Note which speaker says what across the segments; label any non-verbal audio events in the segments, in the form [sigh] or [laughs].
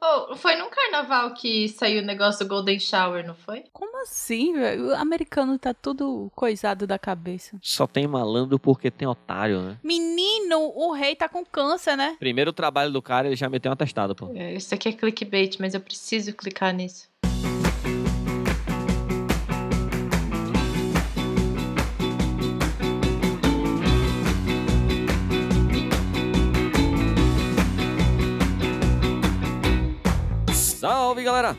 Speaker 1: Oh, foi num carnaval que saiu o negócio do Golden Shower, não foi?
Speaker 2: Como assim, velho? O americano tá tudo coisado da cabeça.
Speaker 3: Só tem malandro porque tem otário, né?
Speaker 2: Menino, o rei tá com câncer, né?
Speaker 3: Primeiro trabalho do cara, ele já meteu uma testada, pô.
Speaker 1: É, Isso aqui é clickbait, mas eu preciso clicar nisso.
Speaker 3: Salve, galera!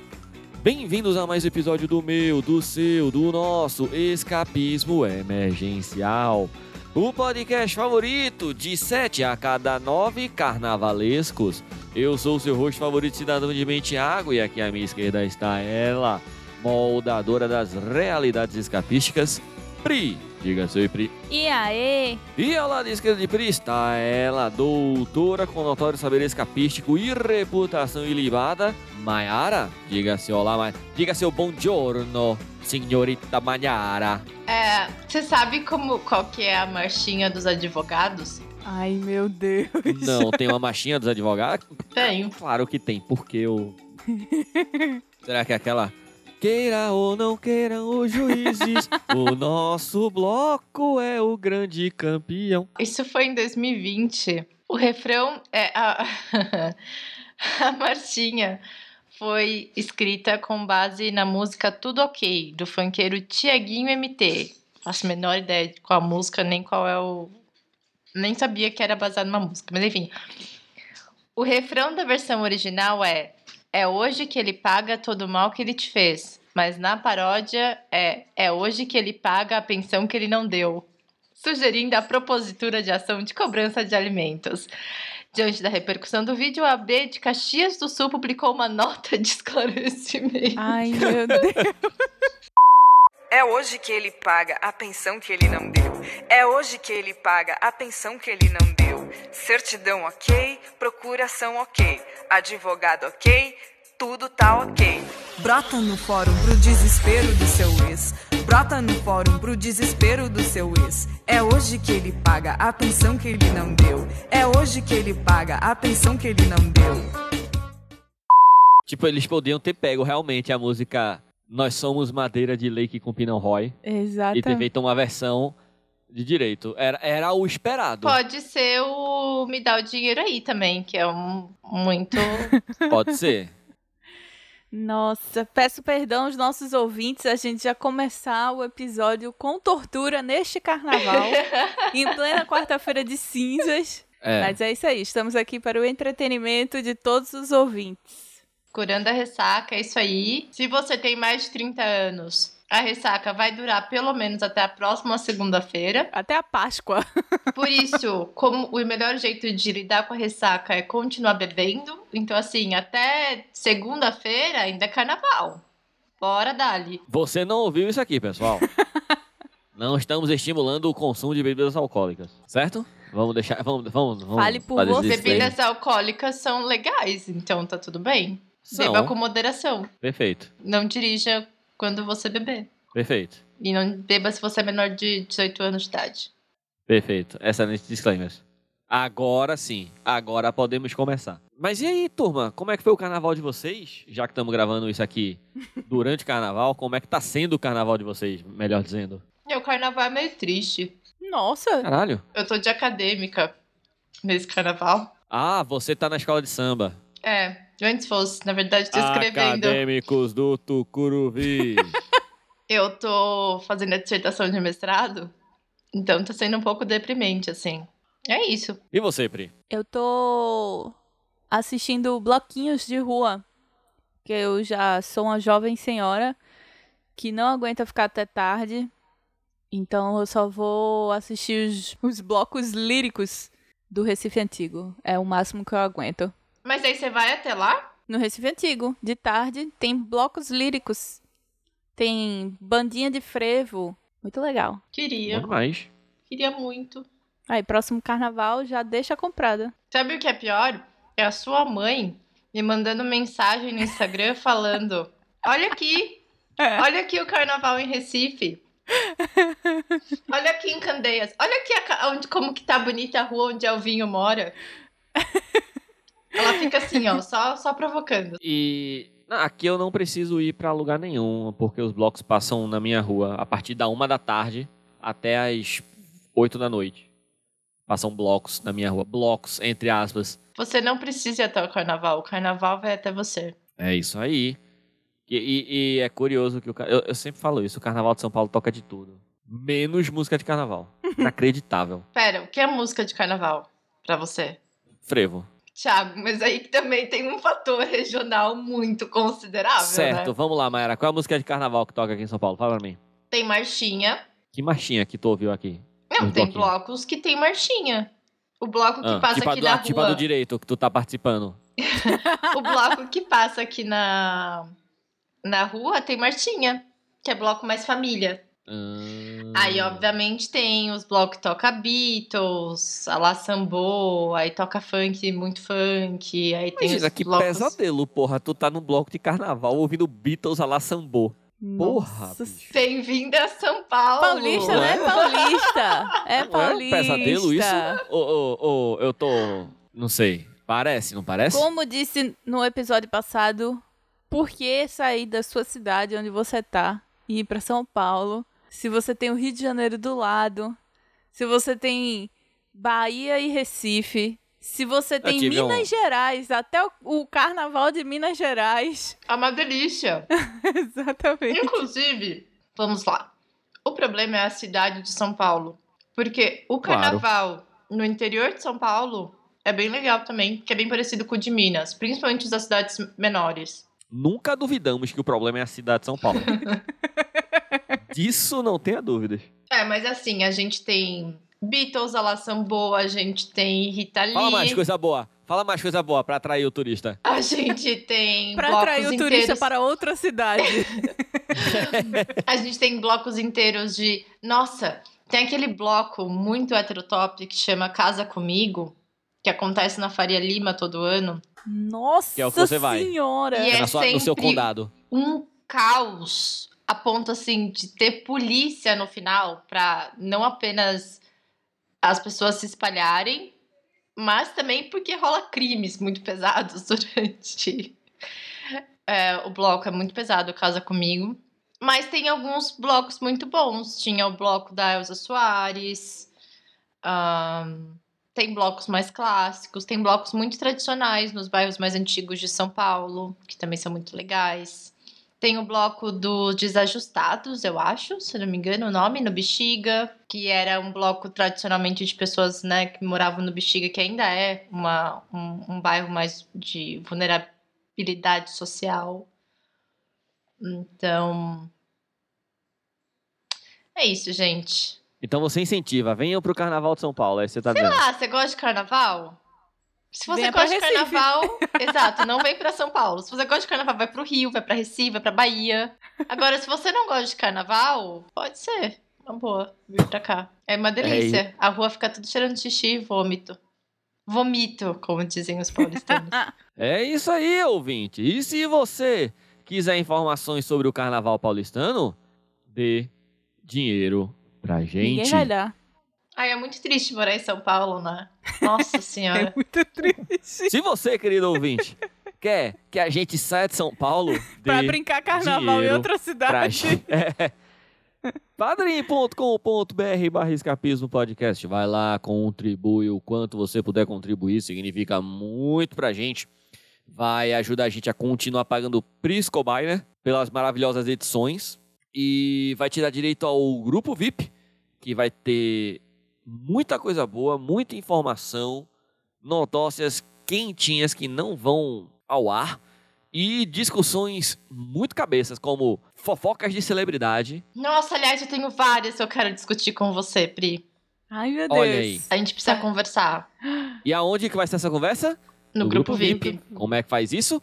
Speaker 3: Bem-vindos a mais um episódio do meu, do seu, do nosso Escapismo Emergencial. O podcast favorito de 7 a cada 9 carnavalescos. Eu sou o seu host favorito, cidadão de mente água, e aqui à minha esquerda está ela, moldadora das realidades escapísticas, Pri. Diga seu Pri.
Speaker 2: E aí?
Speaker 3: E ao lado esquerdo de Pri está ela, doutora com notório saber escapístico e reputação ilibada, Maiara. Diga-se olá, Maiara. Diga-se o bom giorno, senhorita Maiara.
Speaker 1: É, você sabe como qual que é a marchinha dos advogados?
Speaker 2: Ai, meu Deus.
Speaker 3: Não, tem uma machinha dos advogados?
Speaker 1: Tem.
Speaker 3: Claro que tem, porque eu... Será que é aquela... Queira ou não queiram os juízes, o nosso bloco é o grande campeão.
Speaker 1: Isso foi em 2020. O refrão é a, [laughs] a marchinha foi escrita com base na música Tudo OK do funkeiro Tiaguinho MT. Faço a menor ideia de qual a música, nem qual é o nem sabia que era baseado numa música, mas enfim. O refrão da versão original é é hoje que ele paga todo o mal que ele te fez. Mas na paródia é é hoje que ele paga a pensão que ele não deu. Sugerindo a propositura de ação de cobrança de alimentos. Diante da repercussão do vídeo, a AB de Caxias do Sul publicou uma nota de [laughs] esclarecimento.
Speaker 2: [laughs] Ai, meu [laughs] Deus.
Speaker 4: É hoje que ele paga a pensão que ele não deu. É hoje que ele paga a pensão que ele não deu. Certidão ok, procuração ok, advogado ok, tudo tá ok. Brota no fórum pro desespero do seu ex. Brota no fórum pro desespero do seu ex. É hoje que ele paga a pensão que ele não deu. É hoje que ele paga a pensão que ele não deu.
Speaker 3: Tipo, eles podiam ter pego realmente a música Nós Somos Madeira de Lake com Pinão Roy e ter
Speaker 2: Exatamente.
Speaker 3: feito uma versão de direito. Era, era o esperado.
Speaker 1: Pode ser o Me Dá o Dinheiro Aí também, que é um muito.
Speaker 3: Pode ser.
Speaker 2: Nossa, peço perdão aos nossos ouvintes, a gente já começar o episódio com tortura neste [laughs] carnaval, em plena quarta-feira de cinzas.
Speaker 3: É.
Speaker 2: Mas é isso aí, estamos aqui para o entretenimento de todos os ouvintes.
Speaker 1: Curando a ressaca, é isso aí. Se você tem mais de 30 anos, a ressaca vai durar pelo menos até a próxima segunda-feira.
Speaker 2: Até a Páscoa. [laughs]
Speaker 1: Por isso, como o melhor jeito de lidar com a ressaca é continuar bebendo, então assim, até segunda-feira ainda é carnaval. Bora, Dali.
Speaker 3: Você não ouviu isso
Speaker 2: [laughs]
Speaker 3: aqui, pessoal. não estamos estimulando o consumo de bebidas alcoólicas, certo? Vamos deixar. Vamos, vamos, vamos
Speaker 2: Fale por
Speaker 3: fazer esse
Speaker 2: você,
Speaker 3: disclaimer.
Speaker 1: Bebidas alcoólicas são legais, então tá tudo bem. Beba
Speaker 3: Não.
Speaker 1: com moderação.
Speaker 3: Perfeito,
Speaker 1: Não dirija quando você beber.
Speaker 3: perfeito,
Speaker 1: E não beba se você é menor de 18 anos de idade.
Speaker 3: perfeito. Excelente disclaimer. Agora sim, agora podemos começar. Mas e aí, turma, como é que foi o carnaval de vocês? Já que estamos gravando isso aqui durante o carnaval, como é que tá sendo o carnaval de vocês, melhor dizendo?
Speaker 1: E o carnaval é meio triste.
Speaker 2: Nossa,
Speaker 3: Caralho.
Speaker 1: Eu tô de acadêmica nesse carnaval.
Speaker 3: Ah, você tá na escola de samba.
Speaker 1: É, eu antes fosse, na verdade,
Speaker 3: Ah,
Speaker 1: tô escrevendo.
Speaker 3: Acadêmicos do Tucuruvi.
Speaker 1: Eu tô fazendo a dissertação de mestrado, então tá sendo um pouco deprimente, assim. É isso.
Speaker 3: e você, Pri?
Speaker 2: eu tô assistindo bloquinhos de rua, que eu já sou uma jovem senhora que não aguenta ficar até tarde, então eu só vou assistir os, os blocos líricos do Recife Antigo. É o máximo que eu aguento.
Speaker 1: Mas aí você vai até lá?
Speaker 2: No Recife Antigo, de tarde, tem blocos líricos, tem bandinha de frevo, muito legal.
Speaker 1: Queria,
Speaker 3: Bom demais.
Speaker 1: queria muito.
Speaker 2: Aí, próximo carnaval já deixa comprada.
Speaker 1: Sabe o que é pior? É a sua mãe me mandando mensagem no Instagram falando: Olha aqui, olha aqui o carnaval em Recife. Olha aqui em Candeias. Olha aqui a ca- onde, como que tá bonita a rua onde Elvinho mora. Ela fica assim, ó, só, só provocando.
Speaker 3: E ah, aqui eu não preciso ir pra lugar nenhum, porque os blocos passam na minha rua a partir da uma da tarde até as 8 da noite. Passam blocos na minha rua. Blocos, entre aspas.
Speaker 1: Você não precisa ir até o carnaval, o carnaval vai até você.
Speaker 3: É isso aí. E, e- e é curioso que o. ca- Eu, eu sempre falo isso: o carnaval de São Paulo toca de tudo. Menos música de carnaval. Inacreditável.
Speaker 1: Pera, o que é música de carnaval pra você?
Speaker 3: Frevo.
Speaker 1: Thiago, mas aí que também tem um fator regional muito considerável,
Speaker 3: certo,
Speaker 1: né?
Speaker 3: vamos lá, Mayara. Qual é a música de carnaval que toca aqui em São Paulo? Fala pra mim.
Speaker 1: Tem marchinha.
Speaker 3: Que marchinha que tu ouviu aqui?
Speaker 1: Não,
Speaker 3: Os
Speaker 1: tem
Speaker 3: bloquinhos.
Speaker 1: blocos que tem marchinha. O bloco que
Speaker 3: Um Ah,
Speaker 1: passa
Speaker 3: tipo, a
Speaker 1: aqui
Speaker 3: do,
Speaker 1: na
Speaker 3: ah, tipo a
Speaker 1: rua.
Speaker 3: do direito que tu tá participando.
Speaker 1: O bloco que passa aqui na, na rua tem marchinha, que é bloco mais família.
Speaker 3: Hum.
Speaker 1: Aí, obviamente, tem os blocos que toca Beatles, a La Sambô, aí toca funk, muito funk, aí tem
Speaker 3: Imagina
Speaker 1: os
Speaker 3: que
Speaker 1: blocos...
Speaker 3: pesadelo, porra. Tu tá num bloco de carnaval ouvindo Beatles a la sambô. Porra,
Speaker 2: Nossa
Speaker 3: bicho.
Speaker 1: Bem-vindo a São Paulo!
Speaker 2: Paulista,
Speaker 3: Não
Speaker 2: né?
Speaker 3: é?
Speaker 2: Paulista.
Speaker 3: [laughs]
Speaker 2: É
Speaker 3: Não é um
Speaker 2: paulista.
Speaker 3: pesadelo isso? [laughs] Ô, ô, ô, eu tô. Não sei. Parece, não parece?
Speaker 2: Como disse no episódio passado, por que sair da sua cidade onde você tá e ir pra São Paulo? Se você tem o Rio de Janeiro do lado, se você tem Bahia e Recife, se você tem
Speaker 3: tive
Speaker 2: Minas
Speaker 3: um-
Speaker 2: Gerais, até o, o carnaval de Minas Gerais. [laughs]
Speaker 1: É uma delícia!
Speaker 2: Exatamente.
Speaker 1: Inclusive, vamos lá. O problema é a cidade de São Paulo. Porque o
Speaker 3: Claro.
Speaker 1: carnaval no interior de São Paulo é bem legal também, que é bem parecido com o de Minas, principalmente os das cidades menores.
Speaker 3: Nunca duvidamos que o problema é a cidade de São
Speaker 1: [laughs]
Speaker 3: Paulo. Disso não tenha dúvidas.
Speaker 1: É, mas assim, a gente tem Beatles, a La Sambô, a gente tem Rita Lee.
Speaker 3: Fala mais coisa boa. Fala mais coisa boa pra atrair o turista.
Speaker 1: A gente tem
Speaker 2: [laughs] Pra
Speaker 1: blocos
Speaker 2: atrair o
Speaker 1: inteiros.
Speaker 2: turista para outra
Speaker 1: [laughs]
Speaker 2: cidade.
Speaker 1: A gente tem blocos inteiros de. Nossa, tem aquele bloco muito heterotop que chama Casa Comigo, que acontece na Faria Lima todo ano.
Speaker 2: Nossa
Speaker 3: Que é o que você vai.
Speaker 2: senhora.
Speaker 1: E é
Speaker 3: na sua- No seu
Speaker 1: sempre-
Speaker 3: condado.
Speaker 1: Um caos. A ponto assim de ter polícia no final pra não apenas as pessoas se espalharem, mas também porque rola crimes muito pesados [laughs] durante é, o bloco. É muito pesado, Casa Comigo. Mas tem alguns blocos muito bons. Tinha o bloco da Elza Soares. ahn, tem blocos mais clássicos. Tem blocos muito tradicionais nos bairros mais antigos de São Paulo, que também são muito legais. Tem o bloco dos Desajustados, eu acho, se não me engano, o nome, no Bexiga, que era um bloco tradicionalmente de pessoas né, que moravam no Bexiga, que ainda é uma, um, um bairro mais de vulnerabilidade social. Então. É isso, gente.
Speaker 3: Então você incentiva. Venham pro carnaval de São Paulo. Aí você tá dizendo.
Speaker 1: Ah, você gosta de carnaval? Se você
Speaker 2: Venha pra
Speaker 1: gosta de
Speaker 2: Recife.
Speaker 1: [laughs] carnaval, exato, não vem pra São Paulo. Se você gosta de carnaval, vai pro Rio, vai pra Recife, vai pra Bahia. Agora, se você não gosta de carnaval, pode ser. Uma boa, vir pra cá. É uma delícia. A rua fica tudo cheirando de xixi e vômito. Vomito, como dizem os paulistanos.
Speaker 3: É isso aí, ouvinte. E se você quiser informações sobre o carnaval paulistano, dê dinheiro pra
Speaker 2: Ninguém
Speaker 3: gente.
Speaker 2: vai dar.
Speaker 1: [laughs] Ai, é muito triste morar em São Paulo, né? [laughs] Nossa senhora.
Speaker 2: É muito triste.
Speaker 3: Se você, querido ouvinte, quer que a gente saia de São Paulo,
Speaker 2: [laughs] Pra
Speaker 3: dê
Speaker 2: brincar carnaval em
Speaker 3: dinheiro
Speaker 2: outra
Speaker 3: pra
Speaker 2: cidade.
Speaker 3: gente. [laughs] É. Padrim.com.br barra escapismo podcast. Vai lá, contribui o quanto você puder contribuir, significa muito pra gente. Vai ajudar a gente a continuar pagando Prisco Bainer pelas maravilhosas edições. E vai te dar direito ao grupo VIP, que vai ter muita coisa boa, muita informação, notócias quentinhas que não vão ao ar e discussões muito cabeças, como fofocas de celebridade.
Speaker 1: Nossa, aliás, eu tenho várias que eu quero discutir com você, Pri.
Speaker 2: [laughs] Ai, meu Deus.
Speaker 3: Olha aí.
Speaker 1: A gente precisa conversar
Speaker 3: E aonde que vai ser essa conversa?
Speaker 1: no, grupo, VIP.
Speaker 3: Como é que faz isso?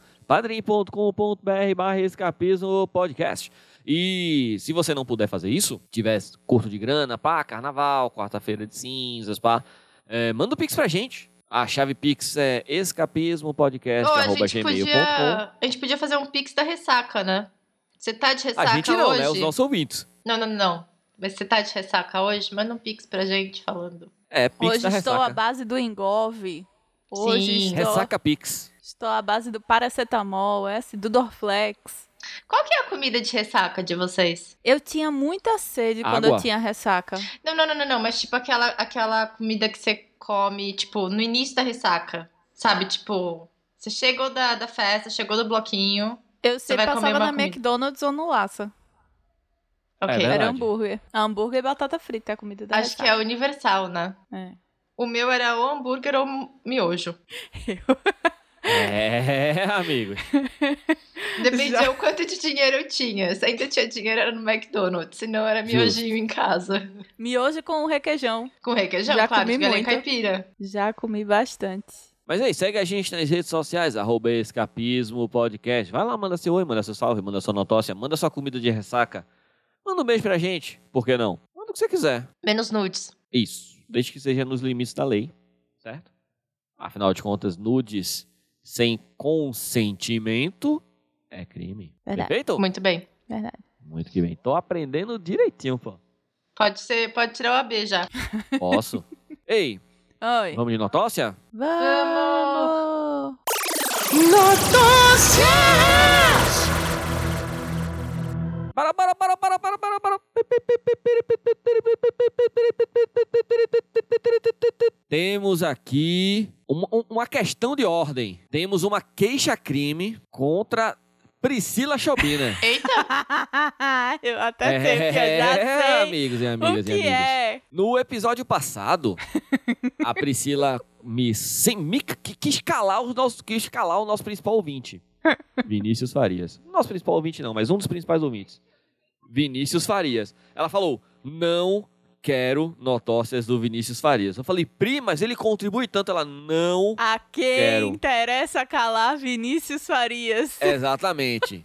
Speaker 3: padrim.com.br barra escapismo podcast. E se você não puder fazer isso, tiver curto de grana, pá, carnaval, quarta-feira de cinzas, pá, é, manda um pix pra gente. A chave pix
Speaker 1: Ou
Speaker 3: é
Speaker 1: a gente,
Speaker 3: escapismopodcast.gmail.com
Speaker 1: podia, a gente podia fazer um pix da ressaca, né? Você tá de ressaca
Speaker 3: A gente não,
Speaker 1: hoje?
Speaker 3: né? Os nossos ouvintes.
Speaker 1: Não, não, não. Mas você tá de ressaca hoje? Manda um pix pra gente falando.
Speaker 3: É, pix
Speaker 2: Hoje
Speaker 3: da
Speaker 2: estou à
Speaker 3: ressaca.
Speaker 2: base do engolve. Hoje
Speaker 1: Sim.
Speaker 2: estou,
Speaker 3: Ressaca Pix.
Speaker 2: estou à base do paracetamol, esse, do Dorflex.
Speaker 1: Qual que é a comida de ressaca de vocês?
Speaker 2: Eu tinha muita sede quando
Speaker 3: Água.
Speaker 2: eu tinha ressaca.
Speaker 1: Não, não, não, não, não, mas tipo aquela, aquela comida que você come, tipo, no início da ressaca. Sabe, tipo, você chegou da, da festa, chegou do bloquinho.
Speaker 2: Eu
Speaker 1: Você vai
Speaker 2: sempre passava
Speaker 1: comer uma
Speaker 2: na
Speaker 1: comida.
Speaker 2: McDonald's ou no Laça.
Speaker 1: Ok.
Speaker 3: É verdade.
Speaker 2: Era hambúrguer. Hambúrguer e batata frita é a comida da
Speaker 1: Acho que é universal, né?
Speaker 2: É.
Speaker 1: O meu era ou hambúrguer ou miojo.
Speaker 3: É, [laughs] amigo.
Speaker 1: Dependia
Speaker 2: Já.
Speaker 1: o quanto de dinheiro eu tinha. Se ainda tinha dinheiro, era no McDonald's. Se não, era
Speaker 3: Justo.
Speaker 1: miojinho em casa.
Speaker 2: [laughs] Miojo com requeijão.
Speaker 1: Com requeijão,
Speaker 2: Já
Speaker 1: claro, de
Speaker 2: comi
Speaker 1: galinha
Speaker 2: muito.
Speaker 1: caipira.
Speaker 2: Já comi bastante.
Speaker 3: Mas aí, segue a gente nas redes sociais, arroba escapismo podcast. Vai lá, manda seu oi, manda seu salve, manda sua notócia, manda sua comida de ressaca. Manda um beijo pra gente, por que não? Manda o que você quiser.
Speaker 1: Menos nudes.
Speaker 3: Isso, desde que seja nos limites da lei, certo? Afinal de contas, nudes sem consentimento é crime.
Speaker 2: Verdade.
Speaker 3: Perfeito?
Speaker 1: Muito bem.
Speaker 2: Verdade.
Speaker 3: Muito que bem. Tô aprendendo direitinho, pô.
Speaker 1: Pode ser, pode tirar o AB já.
Speaker 3: Posso. Ei,
Speaker 2: Oi.
Speaker 3: vamos de notócia?
Speaker 2: [laughs] Vamos!
Speaker 3: Para, para, para, para, para, para, para. Temos aqui uma, um- uma questão de ordem. Temos uma queixa-crime contra
Speaker 2: [laughs]
Speaker 3: Priscila Chobina.
Speaker 1: Eita,
Speaker 2: eu
Speaker 3: É,
Speaker 2: até sei, porque eu Tá já sei
Speaker 3: amigos e
Speaker 2: o
Speaker 3: amigas
Speaker 2: que
Speaker 3: e amigos.
Speaker 2: é.
Speaker 3: No episódio passado, a Priscila me, sem, me qui- quis, calar os nossos, quis calar o nosso principal ouvinte, Vinícius Farias. Nosso principal ouvinte não, mas um dos principais ouvintes, Vinícius Farias. Ela falou, não quero notócias do Vinícius Farias. Eu falei, Pri, mas ele contribui tanto. Ela, não,
Speaker 2: A quem
Speaker 3: Quero. É.
Speaker 2: interessa calar Vinícius Farias.
Speaker 3: exatamente.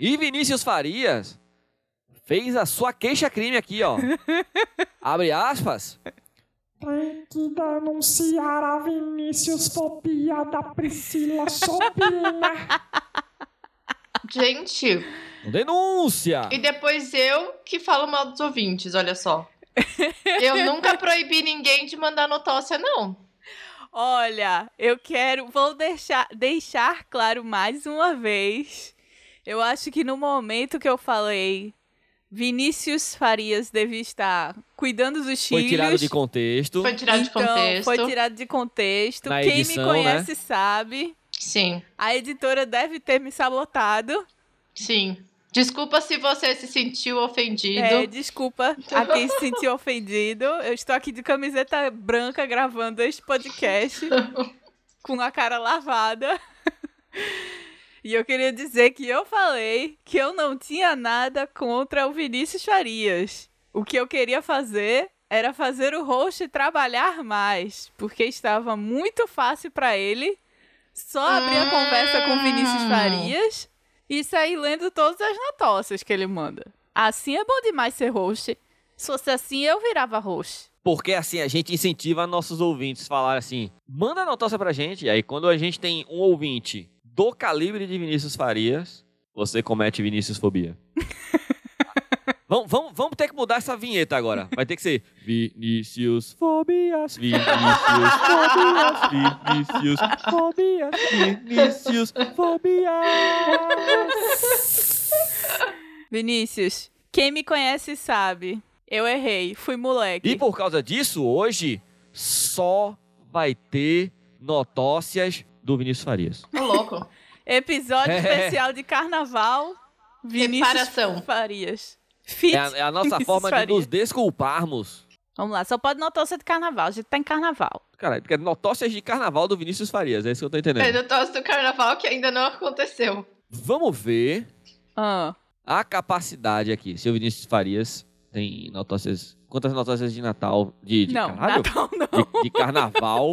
Speaker 3: E Vinícius Farias fez a sua queixa-crime aqui, ó. Abre aspas.
Speaker 5: Tem que denunciar a Vinícius Fobia da Priscila Sobina.
Speaker 1: gente.
Speaker 3: Denúncia!
Speaker 1: E depois eu que falo mal dos ouvintes, olha
Speaker 2: [laughs]
Speaker 1: só. Eu nunca proibi ninguém de mandar notócia, não.
Speaker 2: Olha, eu quero. Vou deixar, deixar claro mais uma vez. Eu acho que no momento que eu falei, Vinícius Farias devia estar cuidando dos
Speaker 3: Foi
Speaker 2: filhos.
Speaker 3: tirado de contexto.
Speaker 1: Foi tirado
Speaker 2: então,
Speaker 1: de contexto.
Speaker 2: Foi tirado de contexto.
Speaker 3: Na
Speaker 2: Quem
Speaker 3: edição, né?
Speaker 2: me conhece sabe.
Speaker 1: Sim,
Speaker 2: A editora deve ter me sabotado.
Speaker 1: sim. Desculpa se você se sentiu ofendido.
Speaker 2: É, desculpa a quem se sentiu ofendido. Eu estou aqui de camiseta branca gravando este podcast com a cara lavada. E eu queria dizer que eu falei que eu não tinha nada contra o Vinícius Farias. O que eu queria fazer era fazer o host trabalhar mais, porque estava muito fácil para ele só abrir a conversa com o
Speaker 3: Ah.
Speaker 2: Vinícius
Speaker 1: Hum.
Speaker 2: Farias e sair lendo todas as notócias que ele manda. Assim é bom demais ser host. Se fosse assim, eu virava host.
Speaker 3: Porque assim, a gente incentiva nossos ouvintes a falar assim: manda a notócia pra gente. E aí, quando a gente tem um ouvinte do calibre de Vinícius Farias, você comete Vinícius Fobia. vamos, vamos, vamos ter que mudar essa vinheta agora. Vai ter que ser Vinícius Fobias, Vinícius Fobias, Vinícius Fobias, Vinícius Fobias.
Speaker 2: Vinícius, quem me conhece sabe. Eu errei, fui moleque.
Speaker 3: E por causa disso, hoje só vai ter notócias do Vinícius Farias.
Speaker 1: Ô,
Speaker 2: [laughs]
Speaker 1: louco.
Speaker 2: Episódio
Speaker 3: [laughs] É.
Speaker 2: especial de carnaval. Vinícius
Speaker 1: Reparação.
Speaker 2: Farias. Fit.
Speaker 3: É a, é a nossa
Speaker 2: Vinícius
Speaker 3: forma de
Speaker 2: Farias.
Speaker 3: nos desculparmos.
Speaker 2: Vamos lá, só pode notar você de carnaval. A gente tá em carnaval.
Speaker 3: Cara, porque é notócias de carnaval do Vinícius Farias, é isso que eu tô entendendo.
Speaker 1: É notócia do carnaval que ainda não aconteceu. [laughs]
Speaker 3: Vamos ver
Speaker 2: Ah,
Speaker 3: a capacidade aqui. Se o Vinícius Farias tem notócias. Quantas notócias de Natal? De, de
Speaker 2: não,
Speaker 3: caralho?
Speaker 2: Natal não.
Speaker 3: De,
Speaker 2: [laughs]
Speaker 3: de carnaval,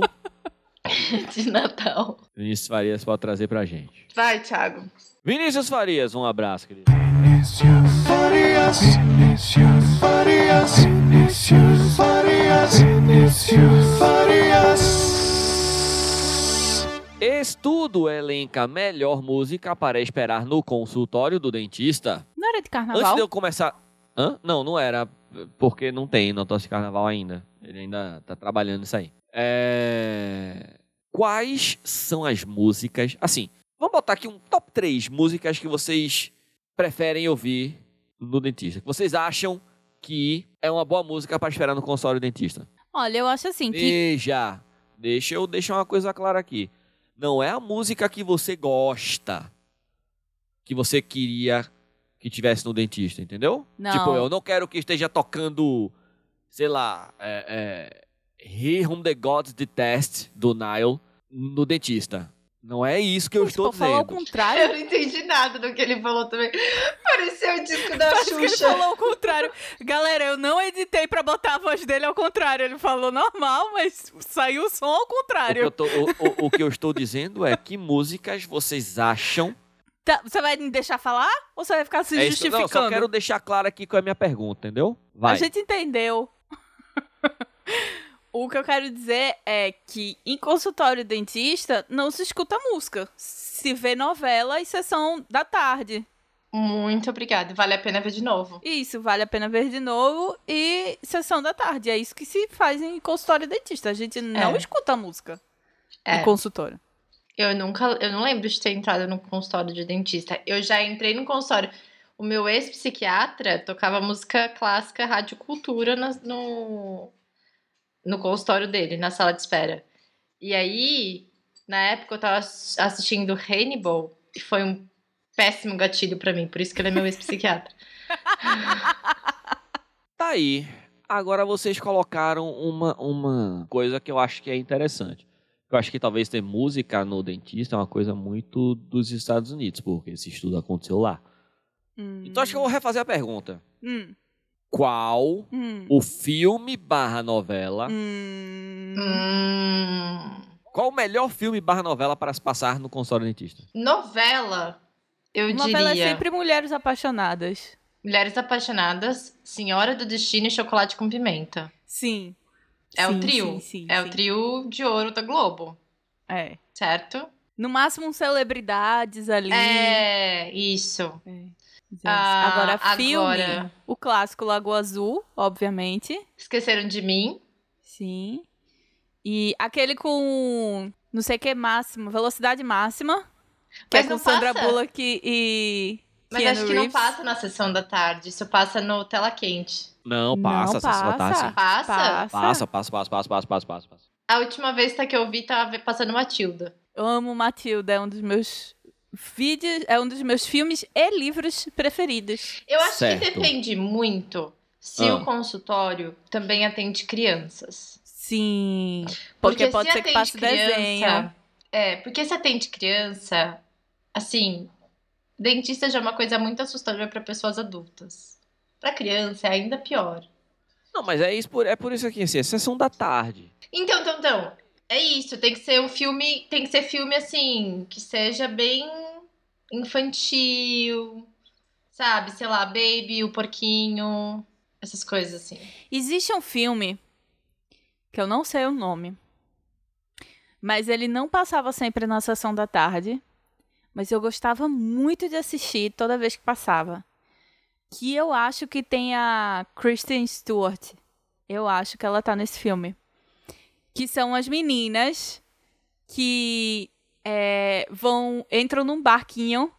Speaker 1: De Natal.
Speaker 3: Vinícius Farias pode trazer pra gente.
Speaker 1: Vai, Thiago.
Speaker 3: Vinícius Farias, um abraço, querido. Estudo elenca melhor música para esperar no consultório do dentista.
Speaker 2: Não era de
Speaker 3: Antes
Speaker 2: carnaval?
Speaker 3: de eu começar. Hã? Não, não era. Porque não tem notócio de carnaval ainda. Ele ainda tá trabalhando isso aí. É. Quais são as músicas? Assim, vamos botar aqui um top 3 músicas que vocês preferem ouvir no dentista. Que vocês acham que é uma boa música para esperar no consultório do dentista.
Speaker 2: Olha, eu acho assim que.
Speaker 3: Veja, deixa eu deixar uma coisa clara aqui. Não é a música que você gosta que você queria que tivesse no dentista, entendeu?
Speaker 2: Não.
Speaker 3: Tipo, eu não quero que esteja tocando, sei lá, é, é, He Whom the Gods Detest do Nile no dentista. Não é isso que eu
Speaker 2: Mas se
Speaker 3: estou
Speaker 2: for falar o [laughs]
Speaker 3: dizendo.
Speaker 1: Eu
Speaker 2: Tipo, contrário.
Speaker 1: não entendi nada do que ele falou também. Parecia o disco da
Speaker 2: Parece que ele
Speaker 1: Xuxa.
Speaker 2: falou o contrário. Galera, eu não editei pra botar a voz dele ao contrário. Ele falou normal, mas saiu o som ao
Speaker 3: O que, eu
Speaker 2: contrário.
Speaker 3: tô- o- o- o que eu estou dizendo é que músicas vocês acham.
Speaker 2: Tá, você vai me deixar falar? Ou você vai ficar se
Speaker 3: é isso,
Speaker 2: justificando?
Speaker 3: não, só quero deixar claro aqui com a minha pergunta, entendeu? Vai.
Speaker 2: A gente entendeu. [laughs] o que eu quero dizer é que em consultório dentista não se escuta música. Se vê novela e sessão da tarde.
Speaker 1: Muito obrigada. Vale a pena ver de novo.
Speaker 2: Isso, vale a pena ver de novo. E sessão da tarde. É isso que se faz em consultório dentista. A gente não
Speaker 1: É.
Speaker 2: escuta música
Speaker 1: É.
Speaker 2: no consultório.
Speaker 1: Eu nunca, eu não lembro de ter entrado no consultório de dentista. Eu já entrei no consultório. O meu ex-psiquiatra tocava música clássica, rádio cultura nas- no, no consultório dele, na sala de espera. E aí, na época, eu tava ass- assistindo Hannibal e foi um péssimo gatilho pra mim, por isso que ele é meu ex-psiquiatra.
Speaker 3: Tá aí. Agora vocês colocaram uma, uma coisa que eu acho que é interessante. Eu acho que talvez ter música no dentista é uma coisa muito dos Estados Unidos, porque esse estudo aconteceu lá. Então acho que eu vou refazer a pergunta.
Speaker 2: Hum,
Speaker 3: Qual
Speaker 2: hum,
Speaker 3: o filme barra novela?
Speaker 2: [laughs] hum.
Speaker 1: Hum,
Speaker 3: Qual o melhor filme barra novela para se passar no consultório dentista?
Speaker 1: novela, eu
Speaker 2: Novela é
Speaker 1: diria.
Speaker 2: sempre mulheres apaixonadas.
Speaker 1: Mulheres Apaixonadas, Senhora do Destino e Chocolate com Pimenta.
Speaker 2: Sim.
Speaker 1: É
Speaker 2: Sim,
Speaker 1: o trio.
Speaker 2: sim, sim,
Speaker 1: é
Speaker 2: sim.
Speaker 1: o trio de ouro da Globo,
Speaker 2: É.
Speaker 1: certo?
Speaker 2: No máximo um celebridades ali.
Speaker 1: É, isso.
Speaker 2: É.
Speaker 1: Ah,
Speaker 2: agora, filme.
Speaker 1: agora.
Speaker 2: O clássico Lagoa Azul, obviamente.
Speaker 1: Esqueceram de mim.
Speaker 2: Sim. E aquele com não sei o que máximo, velocidade máxima. Que
Speaker 1: Mas
Speaker 2: é com
Speaker 1: não
Speaker 2: Sandra
Speaker 1: passa.
Speaker 2: Bullock e.
Speaker 1: Mas
Speaker 2: Keanu
Speaker 1: acho que não
Speaker 2: Reeves.
Speaker 1: passa na sessão da tarade. Isso passa no Tela Quente.
Speaker 3: Não,
Speaker 2: Não,
Speaker 3: passa, essa sua tá,
Speaker 2: passa.
Speaker 3: sim.
Speaker 1: Passa?
Speaker 3: Passa, passa, passa, passa, passa, passa, passa, passa.
Speaker 1: A última vez tá que eu vi tava passando Matilda.
Speaker 2: Eu amo Matilda, é um dos meus vídeos, é um dos meus filmes e livros preferidos.
Speaker 1: Eu acho
Speaker 3: Certo.
Speaker 1: que depende muito se
Speaker 3: Ah.
Speaker 1: o consultório também atende crianças.
Speaker 2: Sim. Porque, pode ser que
Speaker 1: atende
Speaker 2: passe desenho.
Speaker 1: É, porque se atende criança, assim, dentista já é uma coisa muito assustadora para pessoas adultas. Para criança é ainda pior.
Speaker 3: Não, mas é, isso por, é por isso aqui, assim, é sessão da tarde.
Speaker 1: Então, então, então, é isso, tem que ser um filme, tem que ser filme assim, que seja bem infantil, sabe, sei lá, Baby, o porquinho, essas coisas assim.
Speaker 2: Existe um filme que eu não sei o nome, mas ele não passava sempre na sessão da tarde, mas eu gostava muito de assistir toda vez que passava. Que eu acho que tem a Kristen Stewart. Eu acho que ela tá nesse filme. Que são as meninas que é, vão entram num barquinho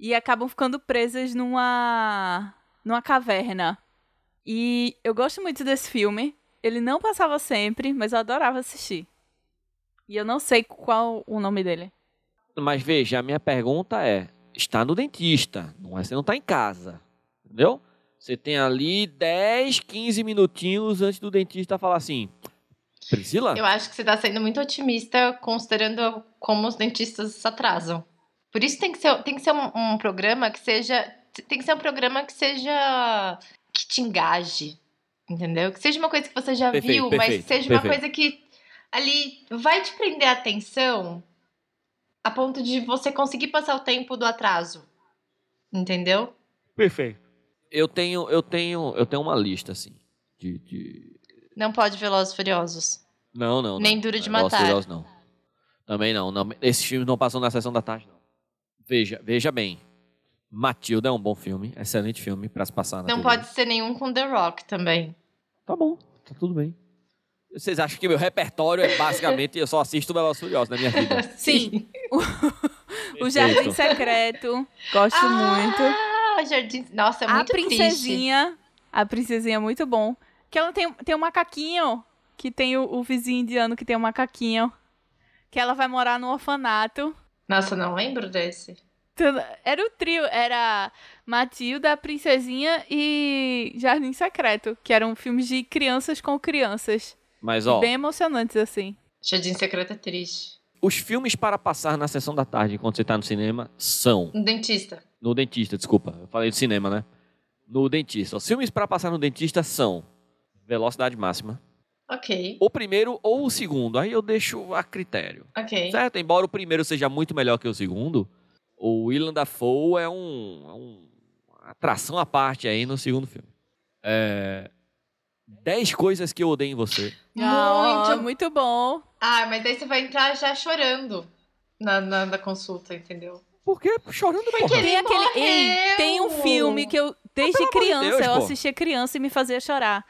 Speaker 2: e acabam ficando presas numa numa caverna. E eu gosto muito desse filme. Ele não passava sempre, mas eu adorava assistir. E eu não sei qual o nome dele.
Speaker 3: Mas veja, a minha pergunta é: está no dentista, não é? Você não está em casa, entendeu? Você tem ali 10, 15 minutinhos antes do dentista falar assim: Priscila,
Speaker 1: Eu acho que você tá sendo muito otimista considerando como os dentistas se atrasam. Por isso tem que ser, tem que ser um, um programa que seja. Tem que ser um programa que seja. que te engaje. Entendeu? Que seja uma coisa que você já
Speaker 3: Perfeito,
Speaker 1: viu, mas
Speaker 3: perfeito,
Speaker 1: que seja uma
Speaker 3: perfeito.
Speaker 1: coisa que ali vai te prender a atenção a ponto de você conseguir passar o tempo do atraso. Entendeu?
Speaker 3: eu tenho, eu tenho, eu tenho uma lista assim de, de-
Speaker 1: Não pode Velozes e Furiosos.
Speaker 3: não, não, não.
Speaker 1: Nem Duro de
Speaker 3: Não é Velozes e
Speaker 1: Matar.
Speaker 3: Furiosos, não. Também não, não. Esses filmes não passam na sessão da tarde, não. Veja, veja bem. Matilda é um bom filme, excelente filme para se passar na
Speaker 1: Não
Speaker 3: TV.
Speaker 1: pode ser nenhum com The Rock também.
Speaker 3: Tá bom, tá tudo bem. Vocês acham que meu repertório é basicamente eu só assisto Velozes e Furiosos na
Speaker 1: [laughs]
Speaker 3: minha vida?
Speaker 2: Sim. O, o Jardim
Speaker 3: Perfeito.
Speaker 2: Secreto. Gosto muito.
Speaker 1: Ah, Jardim. Nossa, é
Speaker 2: a
Speaker 1: muito triste.
Speaker 2: princesinha. A princesinha é muito bom. Que ela tem, tem um macaquinho. Que tem o, o vizinho indiano que tem um macaquinho. Que ela vai morar no orfanato.
Speaker 1: Nossa, não lembro desse.
Speaker 2: Tudo- Era o trio, era Matilda, a Princesinha e Jardim Secreto, que eram filmes de crianças com crianças.
Speaker 3: Mas ó,
Speaker 2: Bem emocionantes, assim.
Speaker 1: Jardim Secreto é triste.
Speaker 3: os filmes para passar na sessão da tarde enquanto você tá no cinema são
Speaker 1: Um dentista.
Speaker 3: No dentista, desculpa. Eu falei do cinema, né? No dentista. Os filmes pra passar no dentista são Velocidade Máxima.
Speaker 1: Ok,
Speaker 3: O primeiro ou o segundo. Aí eu deixo a critério.
Speaker 1: ok.
Speaker 3: Certo? Embora o primeiro seja muito melhor que o segundo, o Willem Dafoe é um, é um- uma atração à parte aí no segundo filme. É... Dez coisas que eu odeio em você.
Speaker 2: Ah,
Speaker 1: Muito.
Speaker 2: muito bom.
Speaker 1: Ah, mas daí você vai entrar já chorando na, na, na consulta, entendeu?
Speaker 3: Por quê? Chorando,
Speaker 1: Porque
Speaker 3: porra.
Speaker 1: ele
Speaker 2: Tem aquele. Ei,
Speaker 1: morreu!
Speaker 2: tem um filme que eu, desde
Speaker 3: de
Speaker 2: criança,
Speaker 3: Deus,
Speaker 2: eu
Speaker 3: pô.
Speaker 2: assistia criança e me fazia chorar.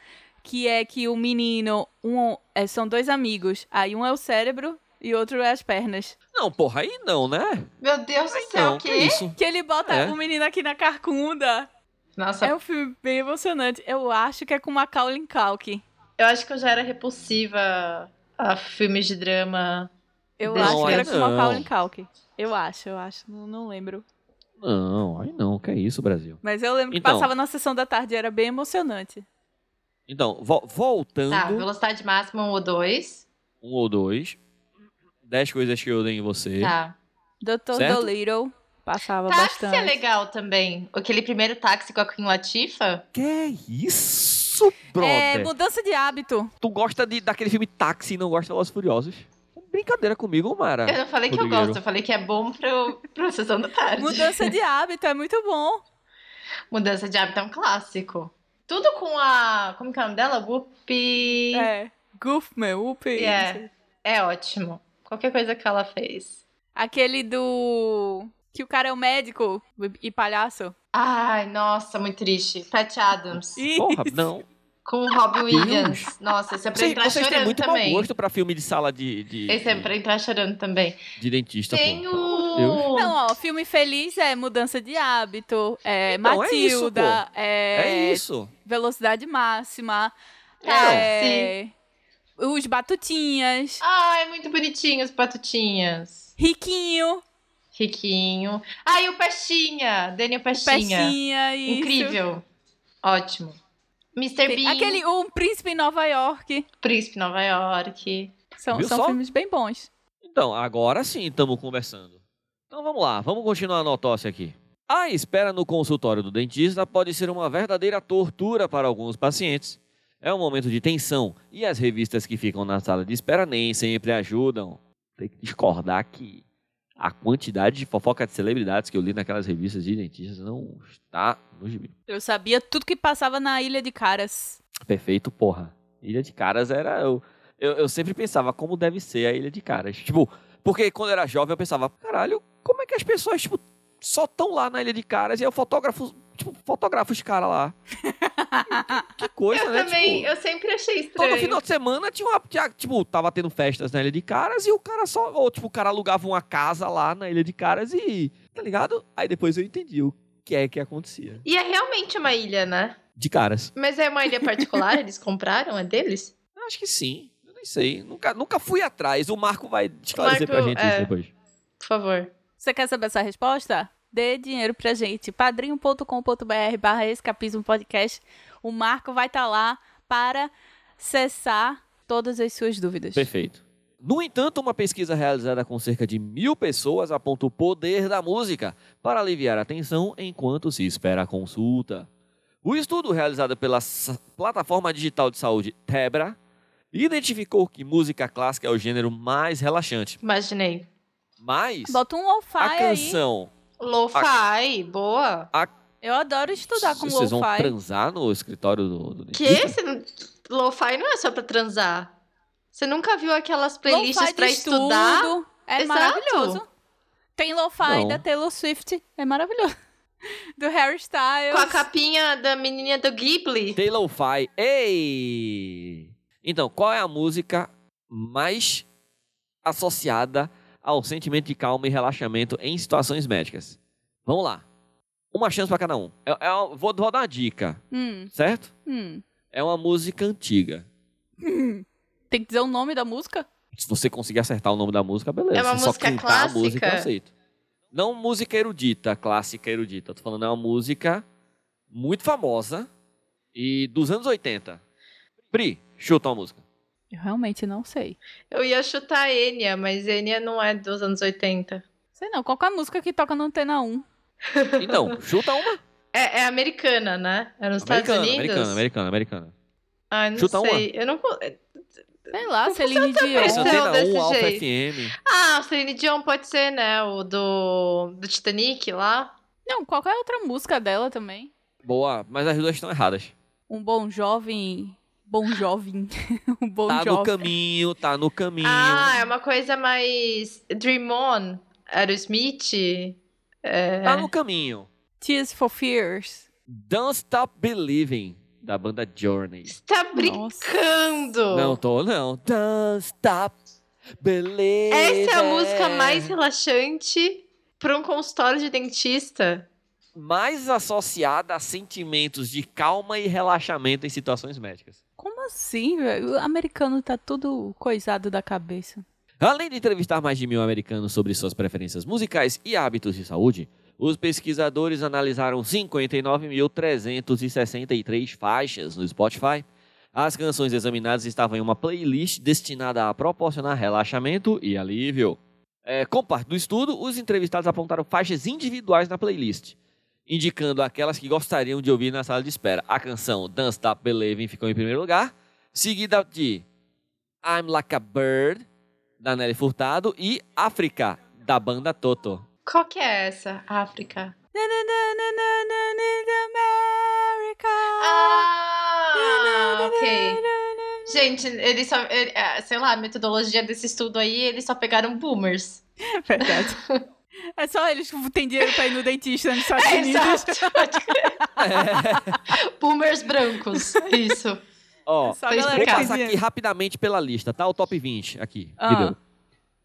Speaker 2: Que é que o menino. Um, é, são dois amigos. Aí um é o cérebro e outro é as pernas.
Speaker 3: Não, porra, aí não, né?
Speaker 1: Meu Deus do
Speaker 3: Aí
Speaker 1: céu,
Speaker 3: não,
Speaker 1: o
Speaker 3: que
Speaker 1: quê?
Speaker 3: isso?
Speaker 2: Que ele bota
Speaker 3: É.
Speaker 2: o menino aqui na carcunda.
Speaker 1: Nossa,
Speaker 2: É um filme bem emocionante. Eu acho que é com Macaulay Culkin.
Speaker 1: eu acho que eu já era repulsiva a filmes de drama.
Speaker 2: Eu
Speaker 1: Não,
Speaker 2: acho que era
Speaker 1: aí
Speaker 2: com
Speaker 3: não.
Speaker 2: Macaulay Culkin. Eu acho, eu acho. Não, não lembro.
Speaker 3: Não, aí não. Que é isso, Brasil?
Speaker 2: Mas eu lembro
Speaker 3: Então.
Speaker 2: que passava na sessão da tarde. Era bem emocionante.
Speaker 3: Então, vo- voltando...
Speaker 1: Tá, velocidade máxima 1 ou 2.
Speaker 3: um ou dois. Dez coisas que eu odeio em você.
Speaker 1: Tá.
Speaker 2: Dr.
Speaker 3: Certo?
Speaker 2: Dolittle passava
Speaker 1: Táxi
Speaker 2: bastante.
Speaker 1: é legal também. Aquele primeiro táxi com a Queen Latifa.
Speaker 3: Que isso,
Speaker 2: É,
Speaker 3: brother?
Speaker 2: mudança de hábito.
Speaker 1: [laughs]
Speaker 3: tu gosta de, daquele filme Táxi e não gosta de Los Furiosos? Brincadeira comigo, Mara.
Speaker 1: Eu não falei que eu
Speaker 3: Rodrigueiro.
Speaker 1: gosto, eu falei que é bom pro, pra sessão da tarde.
Speaker 2: Mudança de hábito é muito bom.
Speaker 1: Mudança de hábito é um clássico. Tudo com a. Como que é o nome dela? Whoopi.
Speaker 2: É. Goofman, Whoopi.
Speaker 1: É. É ótimo. Qualquer coisa que ela fez.
Speaker 2: Aquele do. Que o cara é o médico e palhaço.
Speaker 1: Ai, nossa, muito triste. Pat Adams.
Speaker 2: Ih,
Speaker 3: Porra, não.
Speaker 1: Com o Robin
Speaker 3: Deus.
Speaker 1: Williams. Nossa, esse é pra
Speaker 3: Vocês,
Speaker 1: entrar
Speaker 3: vocês têm
Speaker 1: chorando
Speaker 3: muito
Speaker 1: também.
Speaker 3: mau gosto pra filme de sala de, de,
Speaker 1: Esse é
Speaker 3: de-
Speaker 1: pra entrar chorando também.
Speaker 3: de dentista. pô.
Speaker 1: Tem
Speaker 3: Deus.
Speaker 1: o.
Speaker 2: Não, ó, filme feliz é mudança de hábito, é
Speaker 3: Então, é isso,
Speaker 2: Matilda, é,
Speaker 3: É isso.
Speaker 2: velocidade máxima,
Speaker 1: Tá,
Speaker 2: é os batutinhas,
Speaker 1: Ai, muito bonitinho os patutinhas.
Speaker 2: Riquinho,
Speaker 1: Riquinho. Ai, o Pestinha. Daniel Pestinha.
Speaker 2: Pestinha, isso.
Speaker 1: Incrível. Ótimo. Mr.
Speaker 2: Tem
Speaker 1: Bean.
Speaker 2: Aquele Um Príncipe em Nova York.
Speaker 1: Príncipe Nova York.
Speaker 2: São,
Speaker 3: Viu
Speaker 2: são
Speaker 3: só?
Speaker 2: filmes bem bons.
Speaker 3: Então, agora sim estamos conversando. Então vamos lá, vamos continuar a notócia aqui. A espera no consultório do dentista pode ser uma verdadeira tortura para alguns pacientes. É um momento de tensão e as revistas que ficam na sala de espera nem sempre ajudam. Tem que discordar que a quantidade de fofoca de celebridades que eu li naquelas revistas de dentistas não está no gibi.
Speaker 2: Eu sabia tudo que passava na Ilha de Caras.
Speaker 3: Perfeito, porra. Ilha de Caras era. Eu, eu, eu sempre pensava como deve ser a Ilha de Caras. Tipo, porque quando eu era jovem eu pensava, caralho, como é que as pessoas, tipo, só estão lá na Ilha de Caras e eu fotógrafo, tipo, fotografo os caras lá. [laughs] que coisa,
Speaker 1: Eu
Speaker 3: né?
Speaker 1: também,
Speaker 3: Tipo,
Speaker 1: eu sempre achei
Speaker 3: Todo
Speaker 1: estranho.
Speaker 3: final de semana tinha uma. tinha, tipo, tava tendo festas na Ilha de Caras e o cara só. Ou, tipo, o cara alugava uma casa lá na Ilha de Caras e. Tá ligado? Aí depois eu entendi o que é que acontecia.
Speaker 1: E é realmente uma ilha, né?
Speaker 3: De caras.
Speaker 1: Mas é uma ilha
Speaker 3: [laughs]
Speaker 1: particular, eles compraram, é deles?
Speaker 3: Eu Acho que sim. Eu nem sei. Nunca, nunca fui atrás. O Marco vai esclarecer
Speaker 1: Marco,
Speaker 3: pra gente
Speaker 1: é.
Speaker 3: isso depois.
Speaker 1: Por favor.
Speaker 2: Você quer saber essa resposta? Dê dinheiro pra gente. padrinho.com.br barra escapismo podcast. O Marco vai estar lá para cessar todas as suas dúvidas.
Speaker 3: Perfeito. No entanto, uma pesquisa realizada com cerca de mil pessoas aponta o poder da música para aliviar a tensão enquanto se espera a consulta. O estudo realizado pela s- plataforma digital de saúde Tebra identificou que música clássica é o gênero mais relaxante.
Speaker 1: Imaginei.
Speaker 3: Mas
Speaker 2: Bota um lo-fi
Speaker 3: a
Speaker 2: aí.
Speaker 3: canção.
Speaker 1: Lo-fi, boa.
Speaker 2: Eu adoro estudar com
Speaker 3: Vocês vão
Speaker 2: lo-fi.
Speaker 3: transar no escritório do, do
Speaker 1: Que
Speaker 3: dentista?
Speaker 1: esse não- lo-fi não é só pra transar. Você nunca viu aquelas
Speaker 2: Lo-fi
Speaker 1: playlists
Speaker 2: de
Speaker 1: pra estudar?
Speaker 2: estudo. É
Speaker 1: Exato.
Speaker 2: maravilhoso. Tem lo-fi
Speaker 3: Não.
Speaker 2: da Taylor Swift. É maravilhoso. [laughs] Do Harry Styles.
Speaker 1: Com a capinha da menina do Ghibli?
Speaker 3: Taylor Fi. Ei! Então, qual é a música mais associada ao sentimento de calma e relaxamento em situações médicas? Vamos lá. Uma chance para cada um. Eu- eu vou, vou dar uma dica,
Speaker 2: Hum,
Speaker 3: certo?
Speaker 2: hum.
Speaker 3: É uma música antiga.
Speaker 2: Tem que dizer o nome da música?
Speaker 3: Se você conseguir acertar o nome da música, beleza.
Speaker 1: É uma
Speaker 3: Se só
Speaker 1: música
Speaker 3: cantar
Speaker 1: clássica?
Speaker 3: a música, eu aceito. Não música erudita, clássica erudita. Tô falando é uma música muito famosa e dos anos 80. Pri, chuta uma música.
Speaker 2: Eu realmente não sei.
Speaker 1: Eu ia chutar Enya, mas Enya não é dos anos 80.
Speaker 2: Sei não, qualquer música que toca na Antena 1.
Speaker 3: Então, chuta uma.
Speaker 1: É, é americana, né? É nos Estados
Speaker 3: americana,
Speaker 1: Unidos?
Speaker 3: americana, americana, americana.
Speaker 1: Ah, não
Speaker 3: Chuta uma.
Speaker 1: sei. Eu não... vou-
Speaker 2: Sei lá, Celine
Speaker 1: É,
Speaker 2: Dion.
Speaker 1: também. então,
Speaker 3: Antena
Speaker 1: desse
Speaker 3: 1, Alfa
Speaker 1: jeito.
Speaker 3: FM.
Speaker 1: Ah, o Celine Dion pode ser, né? O do, do Titanic lá.
Speaker 2: Não, qualquer outra música dela também.
Speaker 3: Boa, mas as duas estão erradas.
Speaker 2: Um bom jovem... Bom jovem. [laughs] um bom
Speaker 3: tá no
Speaker 2: jovem.
Speaker 3: caminho, tá no caminho.
Speaker 1: Ah, é uma coisa mais... Dream On, Aerosmith. É...
Speaker 3: Tá no caminho.
Speaker 2: Tears for Fears.
Speaker 3: Don't Stop Believing, da banda Journey.
Speaker 1: Está brincando!
Speaker 3: Não tô, não. Don't stop believing.
Speaker 1: Essa é a música mais relaxante para um consultório de dentista.
Speaker 3: Mais associada a sentimentos de calma e relaxamento em situações médicas.
Speaker 2: Como assim, velho? O americano tá tudo coisado da cabeça.
Speaker 3: Além de entrevistar mais de mil americanos sobre suas preferências musicais e hábitos de saúde, os pesquisadores analisaram 59.363 faixas no Spotify. As canções examinadas estavam em uma playlist destinada a proporcionar relaxamento e alívio. É, com parte do estudo, os entrevistados apontaram faixas individuais na playlist, indicando aquelas que gostariam de ouvir na sala de espera. A canção Dance Stop Believing ficou em primeiro lugar, seguida de I'm Like a Bird, da Nelly Furtado, e África, da banda Toto.
Speaker 1: Qual que é essa? África.
Speaker 2: America.
Speaker 1: Ah, ok. Gente, eles só. ele- ah, sei lá, a metodologia desse estudo aí, eles só pegaram boomers.
Speaker 2: É
Speaker 1: [laughs]
Speaker 2: [laughs] verdade. É só eles que têm dinheiro pra ir no dentista nos Estados Unidos.
Speaker 1: É, Exato. [laughs] boomers brancos. Isso.
Speaker 3: Ó,
Speaker 2: Só a
Speaker 1: Foi
Speaker 2: galera
Speaker 3: Vou
Speaker 2: que tem
Speaker 3: passar aqui
Speaker 2: dinheiro.
Speaker 3: rapidamente pela lista, tá? O top 20 aqui. que
Speaker 2: Ah.
Speaker 3: deu.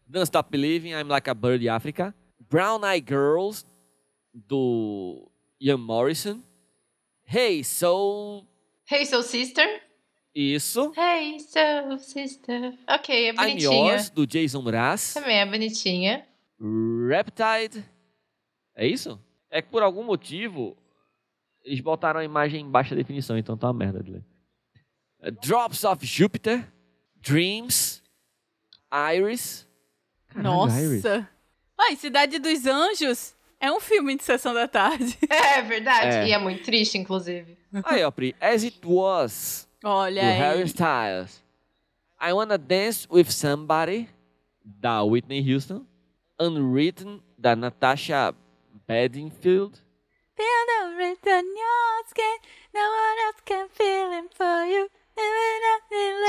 Speaker 3: Don't Stop Believing, I'm Like a Bird de África. Brown Eye Girls, do Ian Morrison. Hey Soul,
Speaker 1: Hey, Soul Sister.
Speaker 3: isso.
Speaker 1: Hey, Soul Sister. Ok, é
Speaker 3: I'm
Speaker 1: bonitinha.
Speaker 3: Yours, do Jason Mraz.
Speaker 1: Também é bonitinha.
Speaker 3: Reptide. É isso? É que por algum motivo eles botaram a imagem em baixa definição, então tá uma merda de ler. É, Drops of Jupiter, Dreams, Iris.
Speaker 2: [laughs]
Speaker 3: Caralho, Iris.
Speaker 2: Nossa. Ai, Cidade dos Anjos é um filme de sessão da tarde. [laughs]
Speaker 1: É verdade.
Speaker 3: É.
Speaker 1: E é muito triste, inclusive.
Speaker 3: Aí, ó, Pri. As It Was, do
Speaker 2: Olha
Speaker 3: Harry
Speaker 2: aí.
Speaker 3: Styles. I Wanna Dance With Somebody, da Whitney Houston. Unwritten, da Natasha Bedingfield.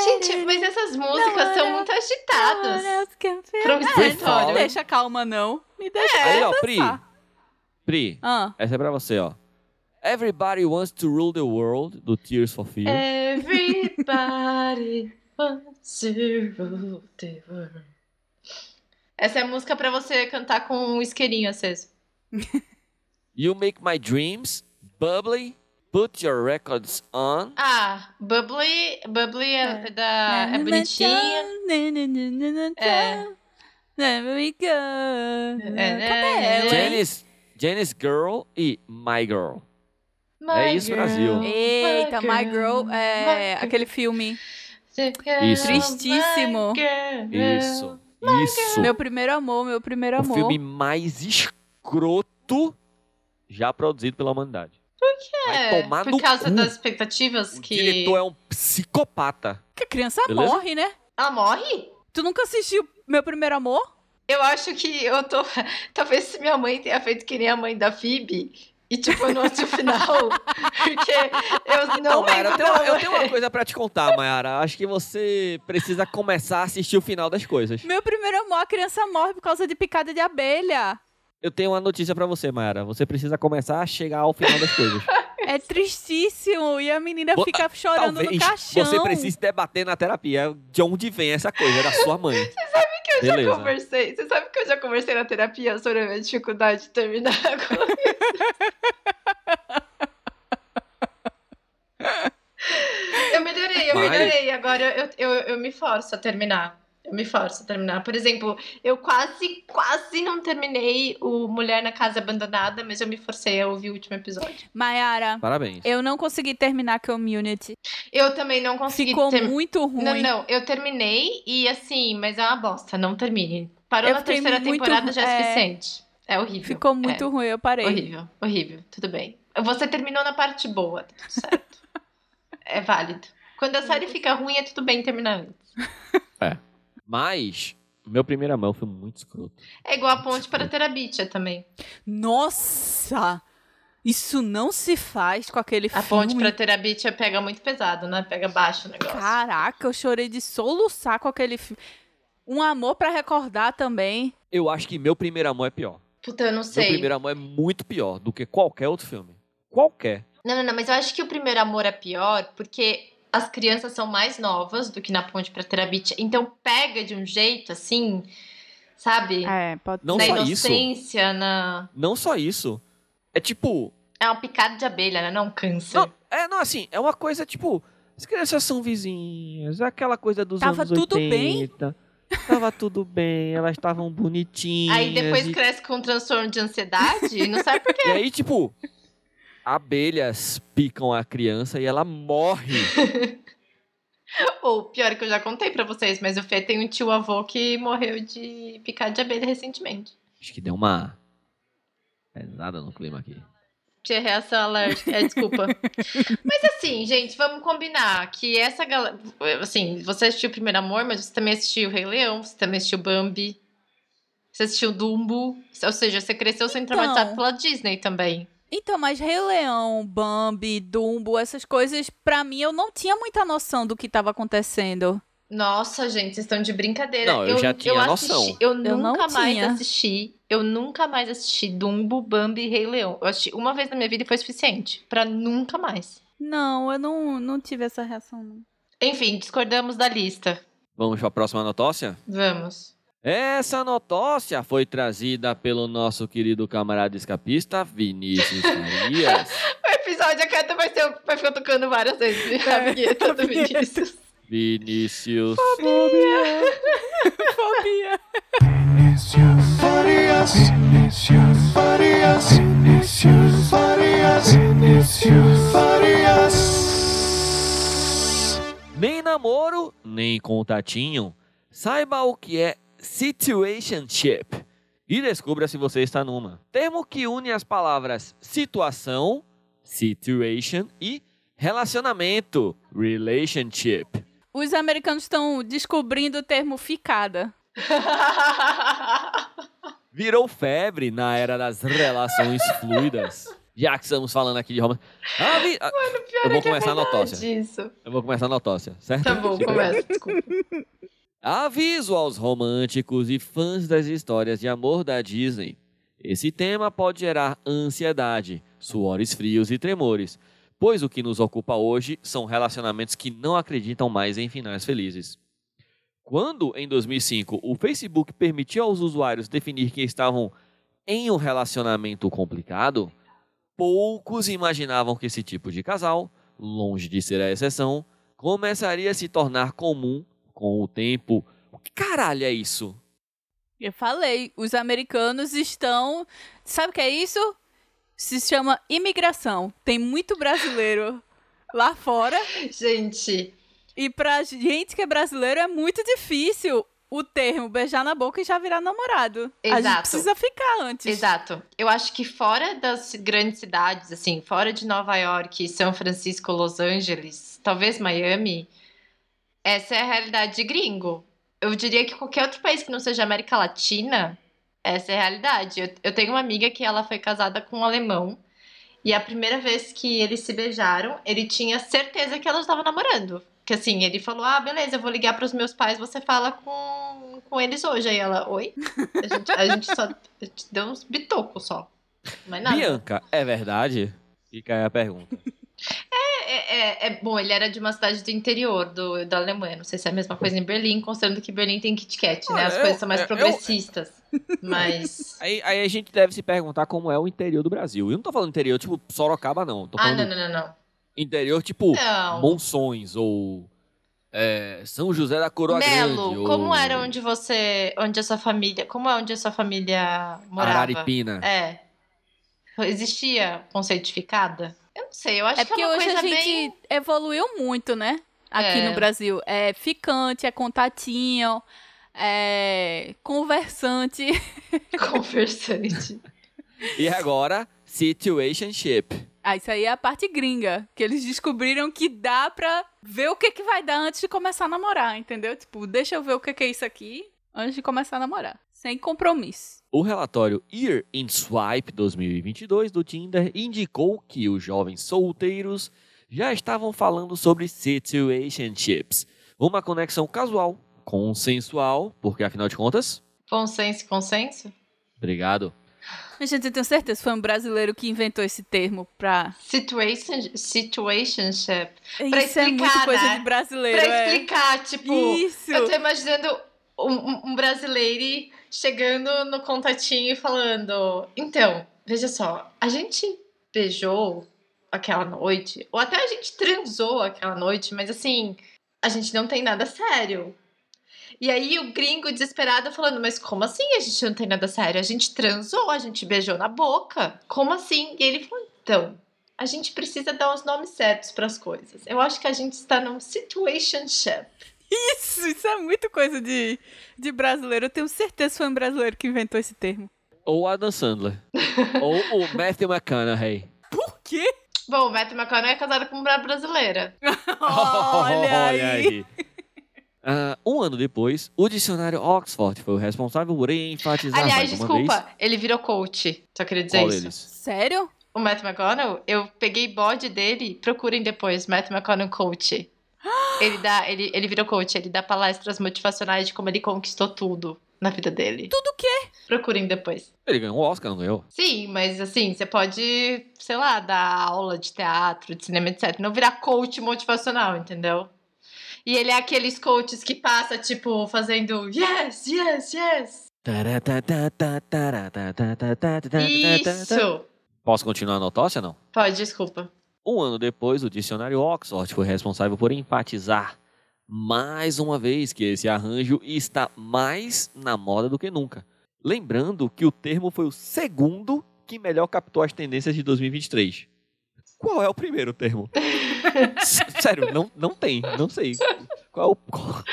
Speaker 1: Gente, é mas essas músicas são muito agitadas. Pra um
Speaker 2: Não me
Speaker 1: escritório.
Speaker 2: deixa calma, não. Me deixa
Speaker 1: É.
Speaker 3: Aí,
Speaker 2: É
Speaker 3: ó,
Speaker 2: dançar.
Speaker 3: Pri. Pri.
Speaker 2: Ah,
Speaker 3: Essa é pra você, ó. Everybody Wants to Rule the World, do Tears for
Speaker 1: É.
Speaker 3: Fears.
Speaker 1: Everybody wants to rule the world. Essa é a música pra você cantar com um isqueirinho aceso.
Speaker 3: You Make My Dreams, Bubbly, Put Your Records On.
Speaker 1: Ah, Bubbly, Bubbly é, é
Speaker 2: Ah.
Speaker 1: da, é bonitinha. É.
Speaker 2: There we go. Cadê
Speaker 1: é,
Speaker 2: ela, hein?
Speaker 3: Janice, Janice Girl e My Girl. É isso, Brasil.
Speaker 2: Eita, My Girl é aquele filme.
Speaker 3: Isso.
Speaker 2: Tristíssimo.
Speaker 3: Isso. Isso.
Speaker 2: Meu primeiro amor, meu primeiro
Speaker 3: o
Speaker 2: amor.
Speaker 3: filme mais escroto já produzido pela humanidade. Vai
Speaker 1: É,
Speaker 3: tomar
Speaker 1: por
Speaker 3: no
Speaker 1: causa
Speaker 3: cu.
Speaker 1: das expectativas
Speaker 3: O
Speaker 1: que.
Speaker 3: diretor é um psicopata.
Speaker 2: Que a criança
Speaker 3: Beleza?
Speaker 2: morre, né?
Speaker 1: Ela morre?
Speaker 2: Tu nunca assistiu Meu Primeiro Amor?
Speaker 1: Eu acho que eu tô. [laughs] Talvez se minha mãe tenha feito que nem a mãe da Phoebe. E tipo, eu não assisti o [laughs] final. Porque eu não. é
Speaker 3: Não, Mayara, eu tenho, uma- eu
Speaker 1: não-
Speaker 3: tenho uma coisa pra te contar, Mayara. Acho que você precisa começar a assistir o final das coisas.
Speaker 2: Meu Primeiro Amor, a criança morre por causa de picada de abelha. [laughs]
Speaker 3: Eu tenho uma notícia pra você, Mayara. Você precisa começar a chegar ao final das coisas.
Speaker 2: É tristíssimo. E a menina
Speaker 3: Bo-
Speaker 2: fica chorando
Speaker 3: Talvez
Speaker 2: no caixão.
Speaker 3: você precise debater na terapia É de onde vem essa coisa, É da sua mãe.
Speaker 1: que eu
Speaker 3: Beleza.
Speaker 1: já conversei. Você sabe que eu já conversei na terapia sobre a minha dificuldade de terminar [laughs] com Eu melhorei, eu
Speaker 3: Vai.
Speaker 1: melhorei. Agora eu, eu, eu me forço a terminar. Eu me forço a terminar. Por exemplo, eu quase, quase não terminei o Mulher na Casa Abandonada, mas eu me forcei a ouvir o último episódio.
Speaker 2: Mayara,
Speaker 3: [laughs] Parabéns.
Speaker 2: eu não consegui terminar Community.
Speaker 1: Eu também não consegui
Speaker 2: Ficou
Speaker 1: ter-
Speaker 2: muito ruim.
Speaker 1: Não, não, eu terminei e assim, mas é uma bosta, não termine. Parou
Speaker 2: Eu
Speaker 1: na
Speaker 2: fiquei
Speaker 1: terceira
Speaker 2: muito-
Speaker 1: temporada já é
Speaker 2: é.
Speaker 1: suficiente. É horrível.
Speaker 2: Ficou muito ruim, eu
Speaker 1: é,
Speaker 2: parei.
Speaker 1: horrível, horrível. Tudo bem. Você terminou na parte boa, tá tudo certo. é válido. Quando a série fica ruim, é tudo bem terminar antes.
Speaker 3: Mas, meu primeiro amor foi muito escroto.
Speaker 1: É igual a ponte para Terabitia também.
Speaker 2: Nossa! Isso não se faz com aquele
Speaker 1: A
Speaker 2: filme.
Speaker 1: ponte para Terabitia pega muito pesado, né? Pega baixo o negócio.
Speaker 2: Caraca, eu chorei de soluçar com aquele filme. Um amor pra recordar também.
Speaker 3: Eu acho que meu primeiro amor é pior.
Speaker 1: Puta, eu não
Speaker 3: Meu
Speaker 1: sei.
Speaker 3: primeiro amor é muito pior do que qualquer outro filme. Qualquer.
Speaker 1: Não, não, não, mas eu acho que o primeiro amor é pior porque as crianças são mais novas do que na ponte pra Terabit. Então pega de um jeito assim, sabe?
Speaker 2: É, pode
Speaker 3: Não
Speaker 1: na
Speaker 3: só isso.
Speaker 1: inocência, na.
Speaker 3: Não só isso. É tipo.
Speaker 1: É uma picada de abelha, né? Não é um câncer.
Speaker 3: Não, é, não, assim, é uma coisa tipo. As crianças são vizinhas, é aquela coisa dos
Speaker 2: Tava
Speaker 3: anos
Speaker 2: tudo
Speaker 3: 80.
Speaker 2: bem?
Speaker 3: Tava tudo bem, elas estavam bonitinhas.
Speaker 1: Aí depois
Speaker 3: e
Speaker 1: cresce com um transtorno de ansiedade e não sabe por quê.
Speaker 3: E aí, tipo, abelhas picam a criança e ela morre.
Speaker 1: Ou pior que eu já contei pra vocês, mas o Fê tem um tio avô que morreu de picada de abelha recentemente.
Speaker 3: Acho que deu uma pesada no clima aqui.
Speaker 1: Tinha reação alérgica, é,
Speaker 2: [laughs]
Speaker 1: desculpa. mas assim, gente, vamos combinar que essa galera. Assim, você assistiu o Primeiro Amor, mas você também assistiu o Rei Leão, você também assistiu Bambi, você assistiu Dumbo. Ou seja, você cresceu sendo
Speaker 2: Então.
Speaker 1: traumatizado pela Disney também.
Speaker 2: Então, mas Rei Leão, Bambi, Dumbo, essas coisas, pra mim, eu não tinha muita noção do que tava acontecendo.
Speaker 1: Nossa, gente, vocês estão de brincadeira.
Speaker 3: Não, eu já tinha
Speaker 1: assisti-
Speaker 3: noção.
Speaker 1: Eu,
Speaker 2: Eu não
Speaker 1: nunca mais
Speaker 2: tinha.
Speaker 1: assisti. Eu nunca mais assisti Dumbo, Bambi e Rei Leão. Eu assisti uma vez na minha vida e foi suficiente. Pra nunca mais.
Speaker 2: Não, eu não, não tive essa reação. não.
Speaker 1: Enfim, discordamos da lista.
Speaker 3: Vamos pra próxima notócia?
Speaker 1: Vamos.
Speaker 3: Essa notócia foi trazida pelo nosso querido camarada escapista Vinícius Farias.
Speaker 1: O episódio a carta vai, ser, vai ficar tocando várias vezes a vinheta do Vinícius. [laughs]
Speaker 3: Vinícius.
Speaker 2: Fobia.
Speaker 3: Nem namoro, nem contatinho. Saiba o que é situationship e descubra se você está numa. Termo que une as palavras situação, situation e relacionamento, relationship.
Speaker 2: Os americanos estão descobrindo o termo ficada.
Speaker 3: Virou febre na era das relações fluidas. Já que estamos falando aqui de romance. Ah, vi- ah, eu
Speaker 1: é
Speaker 3: vou começar a notócia.
Speaker 1: Disso.
Speaker 3: Eu vou começar a notócia, certo?
Speaker 1: Tá bom, começa, desculpa.
Speaker 3: Aviso aos românticos e fãs das histórias de amor da Disney. Esse tema pode gerar ansiedade, suores frios e tremores, pois o que nos ocupa hoje são relacionamentos que não acreditam mais em finais felizes. Quando, em 2005, o Facebook permitiu aos usuários definir que estavam em um relacionamento complicado, poucos imaginavam que esse tipo de casal, longe de ser a exceção, começaria a se tornar comum com o tempo. O que caralho é isso?
Speaker 2: Eu falei, os americanos estão. Sabe o que é isso? Se chama imigração. Tem muito brasileiro lá fora.
Speaker 1: Gente,
Speaker 2: E pra gente que é brasileiro é muito difícil o termo beijar na boca e já virar namorado. A gente
Speaker 1: Exato.
Speaker 2: precisa ficar antes.
Speaker 1: Exato. Eu acho que fora das grandes cidades, assim, fora de Nova York, São Francisco, Los Angeles, talvez Miami, essa é a realidade de gringo. Eu diria que qualquer outro país que não seja América Latina, essa é a realidade. Eu, eu tenho uma amiga que ela foi casada com um alemão e a primeira vez que eles se beijaram, ele tinha certeza que ela estava namorando. Que assim, ele falou: Ah, beleza, eu vou ligar para os meus pais, você fala com, com eles hoje. Aí ela: Oi? A [laughs] gente, a gente só a gente deu uns bitocos só. Mas nada.
Speaker 3: Bianca, é verdade? Fica aí a pergunta.
Speaker 1: É, é- é- bom, ele era de uma cidade do interior do, da Alemanha. Não sei se é a mesma coisa em Berlim, considerando que Berlim tem Kit Kat, né?
Speaker 3: Ah,
Speaker 1: As
Speaker 3: eu-
Speaker 1: coisas são mais
Speaker 3: eu-
Speaker 1: progressistas. Mas.
Speaker 3: Aí, aí a gente deve se perguntar como é o interior do Brasil. Eu não tô falando interior tipo Sorocaba, não. Tô
Speaker 1: Ah,
Speaker 3: falando
Speaker 1: não, não, não, não.
Speaker 3: interior tipo
Speaker 1: Não.
Speaker 3: Monções ou é, São José da Coroa Grande.
Speaker 1: Melo,
Speaker 3: ou
Speaker 1: como era onde você. Onde a sua família. Como é onde a sua família morava?
Speaker 3: Araripina.
Speaker 1: É. Existia conceito de ficada? Eu não sei, eu acho
Speaker 2: É
Speaker 1: que
Speaker 2: porque
Speaker 1: é uma
Speaker 2: hoje
Speaker 1: coisa
Speaker 2: a gente
Speaker 1: bem.
Speaker 2: evoluiu muito, né? Aqui
Speaker 1: É.
Speaker 2: no Brasil. É ficante, é contatinho, é conversante.
Speaker 1: [laughs]
Speaker 2: [laughs]
Speaker 1: Conversante.
Speaker 3: E agora, Situationship.
Speaker 2: Ah, isso aí é a parte gringa. Que eles descobriram que dá pra ver o que, que vai dar antes de começar a namorar, entendeu? Tipo, deixa eu ver o que, que é isso aqui antes de começar a namorar. Sem compromisso.
Speaker 3: O relatório Year in Swipe 2022 do Tinder indicou que os jovens solteiros já estavam falando sobre situationships, uma conexão casual, consensual, porque afinal de contas,
Speaker 1: Bom senso, e consenso?
Speaker 3: obrigado.
Speaker 2: Mas, gente, eu tenho certeza que foi um brasileiro que inventou esse termo pra.
Speaker 1: Situation, situationship.
Speaker 2: isso é muito
Speaker 1: explicar,
Speaker 2: coisa
Speaker 1: né?
Speaker 2: de brasileiro.
Speaker 1: pra
Speaker 2: é.
Speaker 1: explicar, tipo.
Speaker 2: Isso!
Speaker 1: Eu tô imaginando um, um- um brasileiro chegando no contatinho e falando: Então, veja só, a gente beijou aquela noite, ou até a gente transou aquela noite, mas assim, a gente não tem nada sério. E aí o gringo desesperado falando: Mas como assim a gente não tem nada sério? A gente transou, a gente beijou na boca. Como assim? E ele falou: Então. A gente precisa dar os nomes certos pras coisas. Eu acho que a gente está num situationship.
Speaker 2: Isso, isso é muito coisa de, de brasileiro. Eu tenho certeza que foi um brasileiro que inventou esse termo.
Speaker 3: Ou
Speaker 1: [laughs]
Speaker 3: Adam Sandler. ou o Matthew McConaughey.
Speaker 2: Por quê?
Speaker 1: Bom, o Matthew McConaughey é casado com uma brasileira.
Speaker 2: [laughs]
Speaker 3: [laughs]
Speaker 2: Olha aí.
Speaker 3: Ah, um ano depois, o dicionário Oxford foi o responsável por enfatizar
Speaker 1: Aliás,
Speaker 3: mais uma vez.
Speaker 1: desculpa, ele virou coach. Só queria dizer
Speaker 3: Qual
Speaker 1: isso.
Speaker 3: deles?
Speaker 2: Sério?
Speaker 1: O Matthew McConaughey, eu peguei bode dele, procurem depois, Matthew McConaughey coach. Ele, dá, ele, ele virou coach, ele dá palestras motivacionais de como ele conquistou tudo na vida dele.
Speaker 2: Tudo o quê?
Speaker 1: Procurem depois.
Speaker 3: Ele ganhou o Oscar, não ganhou?
Speaker 1: Sim, mas assim, você pode, sei lá, dar aula de teatro, de cinema, etc. Não virar coach motivacional, entendeu? E ele é aqueles coaches que passa, tipo, fazendo yes, yes, yes. Isso!
Speaker 3: Posso continuar na autópsia, não?
Speaker 1: Pode, desculpa.
Speaker 3: Um ano depois, o dicionário Oxford foi responsável por enfatizar mais uma vez que esse arranjo está mais na moda do que nunca. Lembrando que o termo foi o segundo que melhor captou as tendências de 2023. Qual é o primeiro termo? S- Sério, não, não tem, não sei. Qual, qual,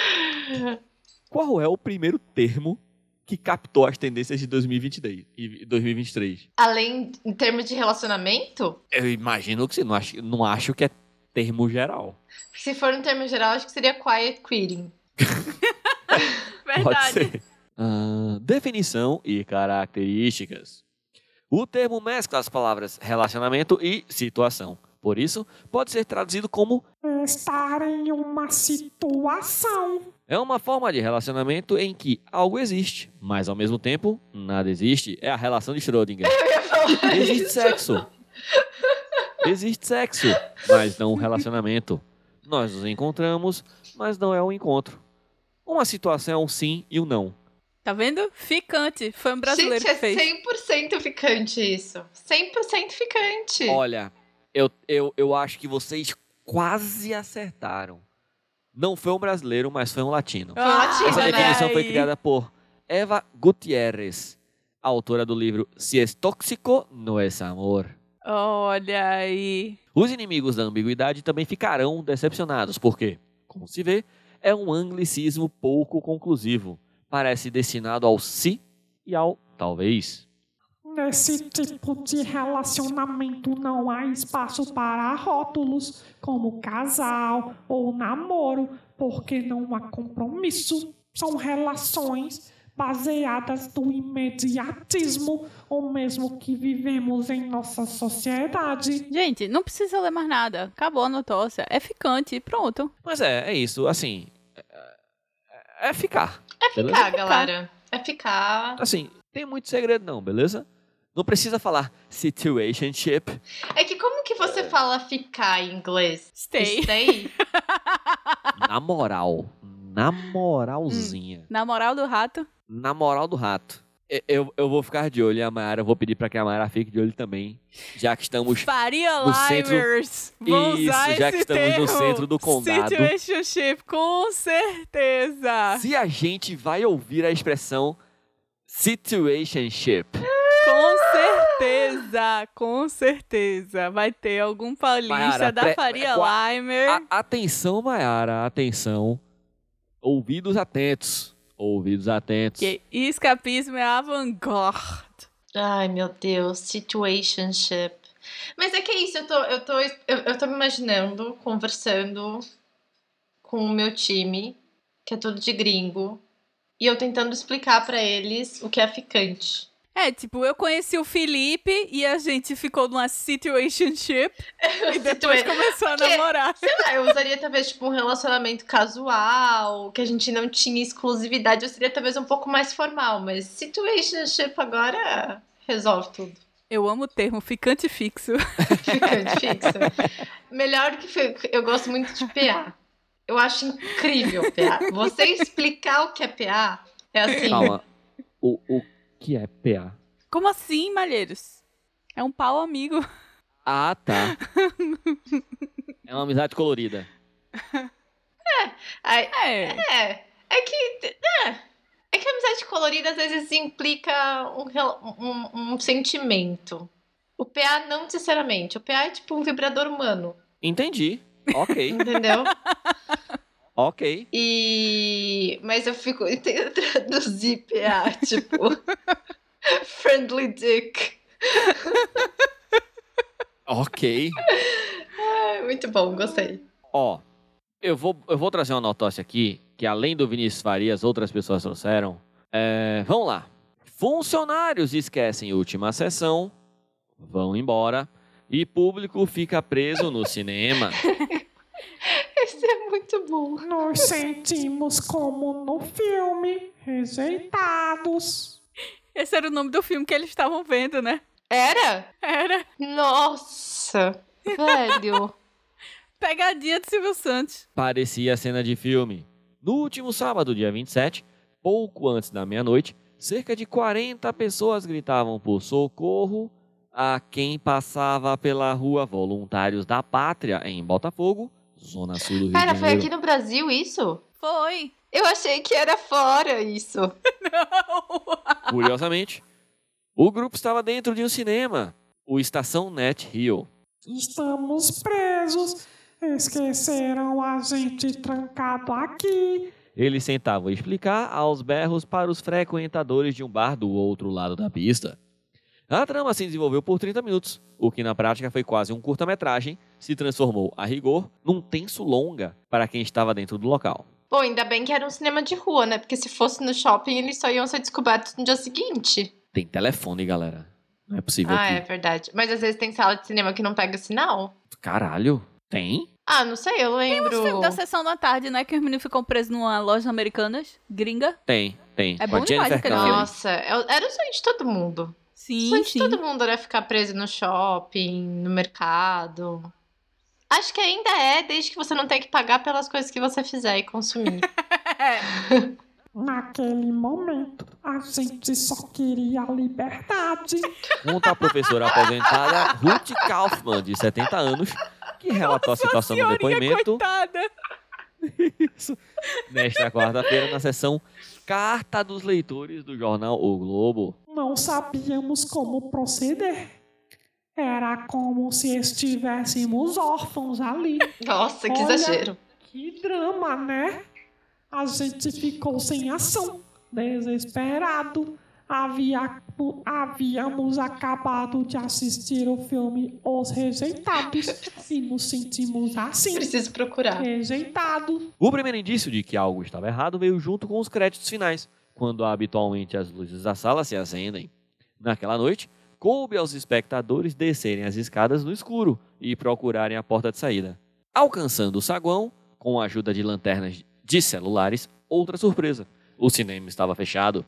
Speaker 3: qual é o primeiro termo que captou as tendências de 2023? e 2023?
Speaker 1: Além, em termos de relacionamento,
Speaker 3: Eu imagino que sim, não acho, não acho que é termo geral.
Speaker 1: se for um termo geral, acho que seria quiet quitting.
Speaker 2: Verdade.
Speaker 3: Pode ser. Ah, definição e características. O termo mescla as palavras relacionamento e situação. Por isso, pode ser traduzido como
Speaker 5: Estar em uma situação.
Speaker 3: é uma forma de relacionamento em que algo existe, mas ao mesmo tempo nada existe. É a relação de Schrödinger. Existe sexo. Existe sexo, mas não um relacionamento. Nós nos encontramos, mas não é um encontro. Uma situação é um sim e um não.
Speaker 2: Tá vendo? Ficante. Foi um brasileiro
Speaker 1: Gente, é
Speaker 2: que fez.
Speaker 1: 100% ficante isso. 100% ficante.
Speaker 3: Olha, eu, eu, eu acho que vocês quase acertaram. Não foi um brasileiro, mas foi um latino.
Speaker 2: é
Speaker 1: Foi latino,
Speaker 3: Essa
Speaker 2: né?
Speaker 1: Olha
Speaker 3: definição foi
Speaker 2: Ah, aí.
Speaker 3: criada por Eva Gutierrez, autora do livro Se es tóxico, no es amor.
Speaker 2: Olha aí.
Speaker 3: Os inimigos da ambiguidade também ficarão decepcionados, porque, como se vê, é um anglicismo pouco conclusivo. Parece destinado ao se e ao talvez.
Speaker 5: Nesse tipo de relacionamento não há espaço para rótulos, como casal ou namoro, porque não há compromisso. São relações baseadas no imediatismo, o mesmo que vivemos em nossa sociedade.
Speaker 2: Gente, não precisa ler mais nada. Acabou a notócia. É ficante. Pronto.
Speaker 3: Mas é, é isso, assim. é- É, é ficar.
Speaker 1: É
Speaker 3: beleza?
Speaker 1: ficar, galera. É ficar.
Speaker 3: Assim, tem muito segredo não, beleza? Não precisa falar situationship.
Speaker 1: É que como que você fala ficar em inglês?
Speaker 2: Stay.
Speaker 1: Stay?
Speaker 3: Na moral. Na moralzinha.
Speaker 2: Na moral do rato,
Speaker 3: Na moral do rato. E- Eu, eu vou ficar de olho e a Mayara, eu vou pedir pra que a Mayara fique de olho também. Já que estamos.
Speaker 2: Faria
Speaker 3: no centro-
Speaker 2: Limers. Vão
Speaker 3: Isso,
Speaker 2: usar
Speaker 3: já
Speaker 2: esse
Speaker 3: que estamos no
Speaker 2: termo.
Speaker 3: centro do condado.
Speaker 2: Situationship, com certeza.
Speaker 3: Se a gente vai ouvir a expressão situationship.
Speaker 2: Com certeza, com certeza. Vai ter algum paulista
Speaker 3: Maiara,
Speaker 2: da
Speaker 3: pre-
Speaker 2: Faria
Speaker 3: qua-
Speaker 2: Limer.
Speaker 3: A- atenção, Mayara, atenção. Ouvidos atentos. Ouvidos atentos.
Speaker 2: Que escapismo é avant-garde.
Speaker 1: Ai, meu Deus, situationship. Mas é que é isso, eu tô, eu tô, eu, eu tô me imaginando conversando com o meu time, que é todo de gringo, e eu tentando explicar pra eles o que é ficante.
Speaker 2: É, tipo, eu conheci o Felipe e a gente ficou numa situationship e depois é
Speaker 1: Situa-
Speaker 2: começou a
Speaker 1: Tipo, Porque-
Speaker 2: namorar.
Speaker 1: é, Sei lá, eu usaria talvez tipo um relacionamento casual, que a gente não tinha exclusividade, eu seria talvez um pouco mais formal, mas situationship agora resolve tudo.
Speaker 2: Eu amo o termo ficante fixo.
Speaker 1: Ficante fixa. Melhor do que fi- eu gosto muito de PA. Eu acho incrível PA. Você explicar o que é PA é assim.
Speaker 3: Calma. O, o que é PA?
Speaker 2: Como assim, Malheiros? É um pau amigo.
Speaker 3: Ah, [laughs] tá. é uma amizade colorida.
Speaker 1: Ai,
Speaker 2: É.
Speaker 1: é, é que é, é que a amizade colorida às vezes implica um, rel- um, um sentimento. O PA não necessariamente. O PA é tipo um vibrador humano,
Speaker 3: Entendi. Ok,
Speaker 1: entendeu?
Speaker 3: [laughs] ok.
Speaker 1: E mas eu fico eu tento traduzir PA tipo [laughs] friendly dick.
Speaker 3: Ok.
Speaker 1: É, Muito bom, gostei.
Speaker 3: Ó, eu vou, eu vou trazer uma notócia aqui, que além do Vinícius Farias, outras pessoas trouxeram. É, vamos lá. Funcionários esquecem última sessão, vão embora, e público fica preso no cinema.
Speaker 1: [laughs] Esse é muito bom.
Speaker 5: Nos sentimos como no filme, rejeitados.
Speaker 2: Esse era o nome do filme que eles estavam vendo, né?
Speaker 1: Era?
Speaker 2: Era
Speaker 1: Nossa! Velho!
Speaker 2: Pegadinha de Silvio Santos.
Speaker 3: Parecia cena de filme. No último sábado, dia 27, pouco antes da meia-noite, cerca de 40 pessoas gritavam por socorro a quem passava pela rua Voluntários da Pátria, em Botafogo, zona sul do Rio
Speaker 1: Cara,
Speaker 3: de
Speaker 1: foi
Speaker 3: Janeiro.
Speaker 1: aqui no Brasil isso?
Speaker 2: Foi.
Speaker 1: Eu achei que era fora isso.
Speaker 2: Não.
Speaker 3: Curiosamente, o grupo estava dentro de um cinema, o Estação Net Rio.
Speaker 5: Estamos presos. Esqueceram a gente trancado aqui.
Speaker 3: Eles tentavam explicar aos berros para os frequentadores de um bar do outro lado da pista. A trama se desenvolveu por 30 minutos, o que na prática foi quase um curta-metragem, se transformou, a rigor, num tenso longa para quem estava dentro do local.
Speaker 1: Bom, ainda bem que era um cinema de rua, né? Porque se fosse no shopping, eles só iam ser descobertos no dia seguinte.
Speaker 3: Tem telefone, galera. Não é possível
Speaker 1: Ah,
Speaker 3: que...
Speaker 1: é verdade. Mas às vezes tem sala de cinema que não pega sinal.
Speaker 3: Caralho, tem?
Speaker 1: Ah, não sei, eu lembro.
Speaker 2: Os filmes da sessão da tarde, né? Que os meninos ficam presos numa loja americana, gringa.
Speaker 3: Tem, tem.
Speaker 2: É
Speaker 3: Com a
Speaker 2: bom demais
Speaker 3: Jennifer
Speaker 2: aquele
Speaker 3: Connelly.
Speaker 2: filme.
Speaker 1: Nossa, eu- era o sonho de todo mundo. O
Speaker 2: Sim,
Speaker 1: sonho de todo mundo era ficar preso no shopping, no mercado. Acho que ainda é, desde que você não tenha que pagar pelas coisas que você fizer e consumir.
Speaker 5: Naquele momento, a gente só queria a liberdade.
Speaker 3: Conta a professora
Speaker 2: [laughs]
Speaker 3: aposentada Ruth Kaufmann, de 70 anos, que relatou a situação no depoimento
Speaker 2: coitada.
Speaker 3: nesta quarta-feira na sessão Carta dos Leitores do jornal O Globo.
Speaker 5: Não sabíamos como proceder. Era como se estivéssemos órfãos ali.
Speaker 1: Nossa, que
Speaker 5: Olha.
Speaker 1: exagero.
Speaker 5: Que drama, né? A gente ficou sem ação, desesperado. Havia, havíamos acabado de assistir o filme Os Rejeitados e nos sentimos assim,
Speaker 1: Preciso procurar.
Speaker 5: rejeitados.
Speaker 3: O primeiro indício de que algo estava errado veio junto com os créditos finais, quando habitualmente as luzes da sala se acendem. Naquela noite, coube aos espectadores descerem as escadas no escuro e procurarem a porta de saída. Alcançando o saguão, com a ajuda de lanternas de celulares, outra surpresa: o cinema estava fechado.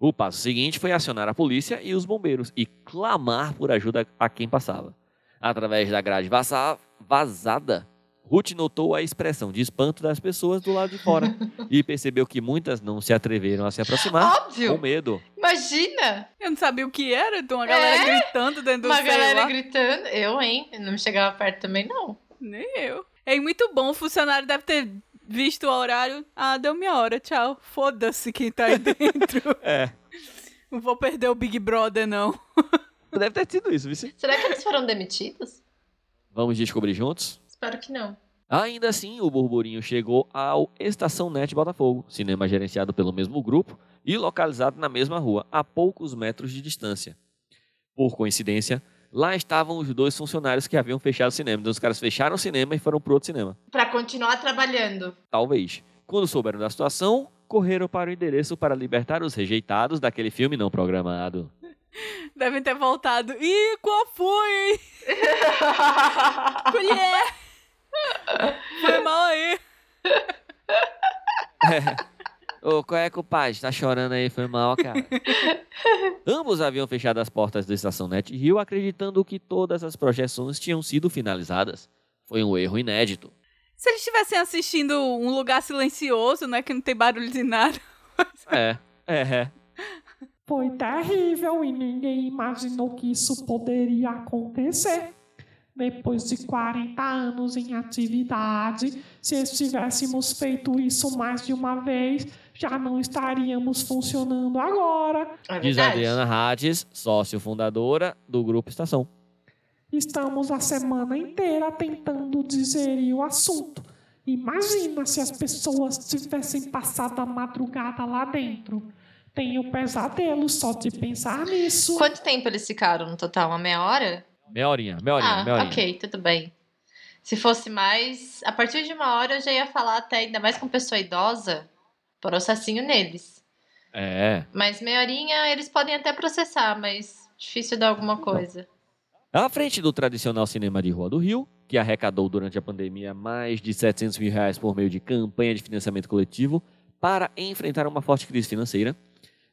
Speaker 3: O passo seguinte foi acionar a polícia e os bombeiros e clamar por ajuda a quem passava. Através da grade vaza- vazada, Ruth notou a expressão de espanto das pessoas do lado de fora e percebeu que muitas não se atreveram a se aproximar com
Speaker 1: Óbvio!
Speaker 3: medo.
Speaker 1: Imagina!
Speaker 2: Eu não sabia o que era, então uma galera gritando dentro do
Speaker 1: Uma
Speaker 2: celular.
Speaker 1: galera gritando. Eu, hein? Não me chegava perto também, não.
Speaker 2: Nem eu. É muito bom, o funcionário deve ter visto o horário. Ah, deu minha hora, tchau. Foda-se quem tá aí dentro.
Speaker 3: É.
Speaker 2: Não vou perder o Big Brother, não.
Speaker 3: Deve ter sido isso, viu?
Speaker 1: Será que eles foram demitidos?
Speaker 3: Vamos descobrir juntos?
Speaker 1: Espero que não.
Speaker 3: Ainda assim, o burburinho chegou ao Estação Net Botafogo, cinema gerenciado pelo mesmo grupo e localizado na mesma rua, a poucos metros de distância. Por coincidência, lá estavam os dois funcionários que haviam fechado o cinema. Então os caras fecharam o cinema e foram pro outro cinema.
Speaker 1: Pra continuar trabalhando.
Speaker 3: Talvez. Quando souberam da situação, correram para o endereço para libertar os rejeitados daquele filme não programado.
Speaker 2: Devem ter voltado. Ih, qual foi, hein? Colher! Foi mal aí.
Speaker 3: Ô, qual é, compadre? Tá chorando aí, foi mal,
Speaker 1: [laughs]
Speaker 3: cara. Ambos haviam fechado as portas da estação Net Rio, acreditando que todas as projeções tinham sido finalizadas. Foi um erro inédito.
Speaker 2: Se eles estivessem assistindo um lugar silencioso, né? Que não tem barulho de nada. [laughs]
Speaker 3: É, é,
Speaker 5: Foi terrível e ninguém imaginou que isso poderia acontecer. Depois de 40 anos em atividade, se estivéssemos feito isso mais de uma vez, já não estaríamos funcionando agora.
Speaker 1: É
Speaker 3: Diz
Speaker 1: verdade.
Speaker 3: Adriana Hades, sócio fundadora do grupo Estação.
Speaker 5: Estamos a semana inteira tentando digerir o assunto. Imagina se as pessoas tivessem passado a madrugada lá dentro. Tenho pesadelo só de pensar nisso.
Speaker 1: Quanto tempo eles ficaram no total? Uma meia hora?
Speaker 3: Meia horinha, meia horinha,
Speaker 1: ah,
Speaker 3: meia horinha.
Speaker 1: ok, tudo bem. Se fosse mais, a partir de uma hora eu já ia falar até, ainda mais com pessoa idosa, processinho neles.
Speaker 3: É.
Speaker 1: Mas meia horinha eles podem até processar, mas difícil dar alguma coisa.
Speaker 3: À frente do tradicional cinema de Rua do Rio, que arrecadou durante a pandemia mais de 700 mil reais por meio de campanha de financiamento coletivo para enfrentar uma forte crise financeira,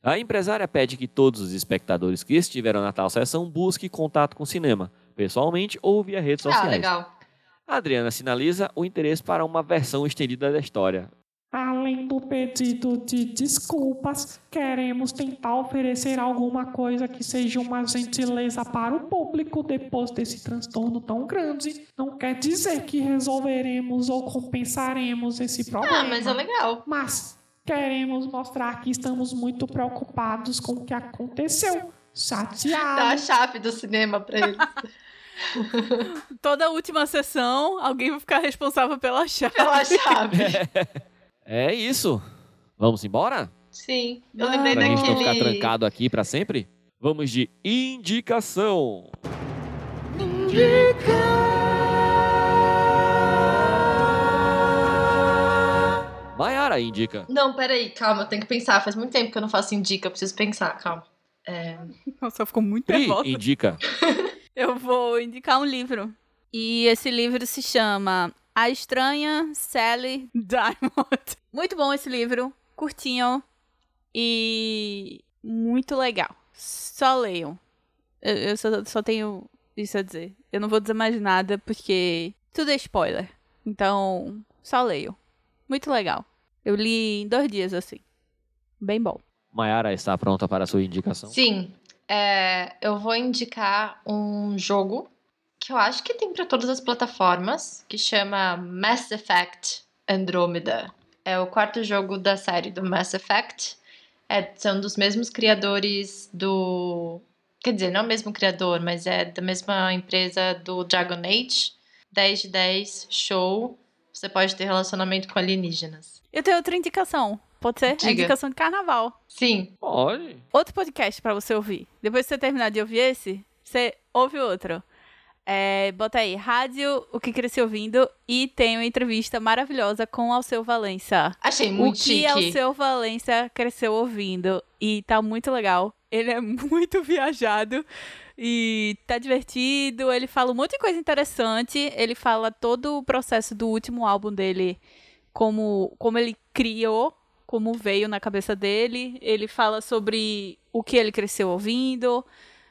Speaker 3: a empresária pede que todos os espectadores que estiveram na tal sessão busquem contato com o cinema, pessoalmente ou via redes
Speaker 1: Ah,
Speaker 3: sociais.
Speaker 1: legal.
Speaker 3: A Adriana sinaliza o interesse para uma versão estendida da história.
Speaker 5: Além do pedido de desculpas, queremos tentar oferecer alguma coisa que seja uma gentileza para o público depois desse transtorno tão grande. Não quer dizer que resolveremos ou compensaremos esse problema.
Speaker 1: Ah, mas é legal.
Speaker 5: Mas queremos mostrar que estamos muito preocupados com o que aconteceu.
Speaker 1: Dá a
Speaker 5: Chateados.
Speaker 1: chave do cinema pra eles.
Speaker 2: Toda última sessão, alguém vai ficar responsável pela [laughs] chave.
Speaker 1: Pela chave.
Speaker 3: É isso. Vamos embora?
Speaker 1: Sim. Eu
Speaker 2: Ah,
Speaker 1: lembrei
Speaker 3: Pra gente não ficar
Speaker 1: daquele.
Speaker 3: trancado aqui para sempre? Vamos de indicação. Maiara indica.
Speaker 1: Não, peraí, calma, eu tenho que pensar. Faz muito tempo que eu não faço indica, eu preciso pensar, calma. É,
Speaker 2: Nossa, ficou muito
Speaker 3: Pri
Speaker 2: nervosa.
Speaker 3: indica.
Speaker 2: Eu vou indicar um livro. E esse livro se chama A Estranha Sally Diamond. [laughs] Muito bom esse livro, curtinho e muito legal. Só leiam. Eu, eu só, só tenho isso a dizer. Eu não vou dizer mais nada porque tudo é spoiler. Então, só leiam. Muito legal. Eu li em dois dias assim. Bem bom.
Speaker 3: Maiara está pronta para a sua indicação.
Speaker 1: Sim, é, eu vou indicar um jogo que eu acho que tem para todas as plataformas, que chama Mass Effect Andromeda. É o quarto jogo da série do Mass Effect. É, são dos mesmos criadores do. Quer dizer, não é o mesmo criador, mas é da mesma empresa do Dragon Age. 10 de 10, show. Você pode ter relacionamento com alienígenas.
Speaker 2: Eu tenho outra indicação. Pode ser?
Speaker 1: Diga.
Speaker 2: É indicação de carnaval.
Speaker 1: Sim,
Speaker 3: Pode. [laughs]
Speaker 2: outro podcast pra você ouvir. Depois que você terminar de ouvir esse, você ouve outro. É, bota aí, rádio, o que cresci ouvindo, e tem uma entrevista maravilhosa com Alceu Valença.
Speaker 1: achei
Speaker 2: O
Speaker 1: muito
Speaker 2: que
Speaker 1: chique.
Speaker 2: Alceu Valença cresceu ouvindo, e tá muito legal. Ele é [laughs] muito viajado, e tá divertido, ele fala um monte de coisa interessante, ele fala todo o processo do último álbum dele, como, como ele criou, como veio na cabeça dele. Ele fala sobre o que ele cresceu ouvindo.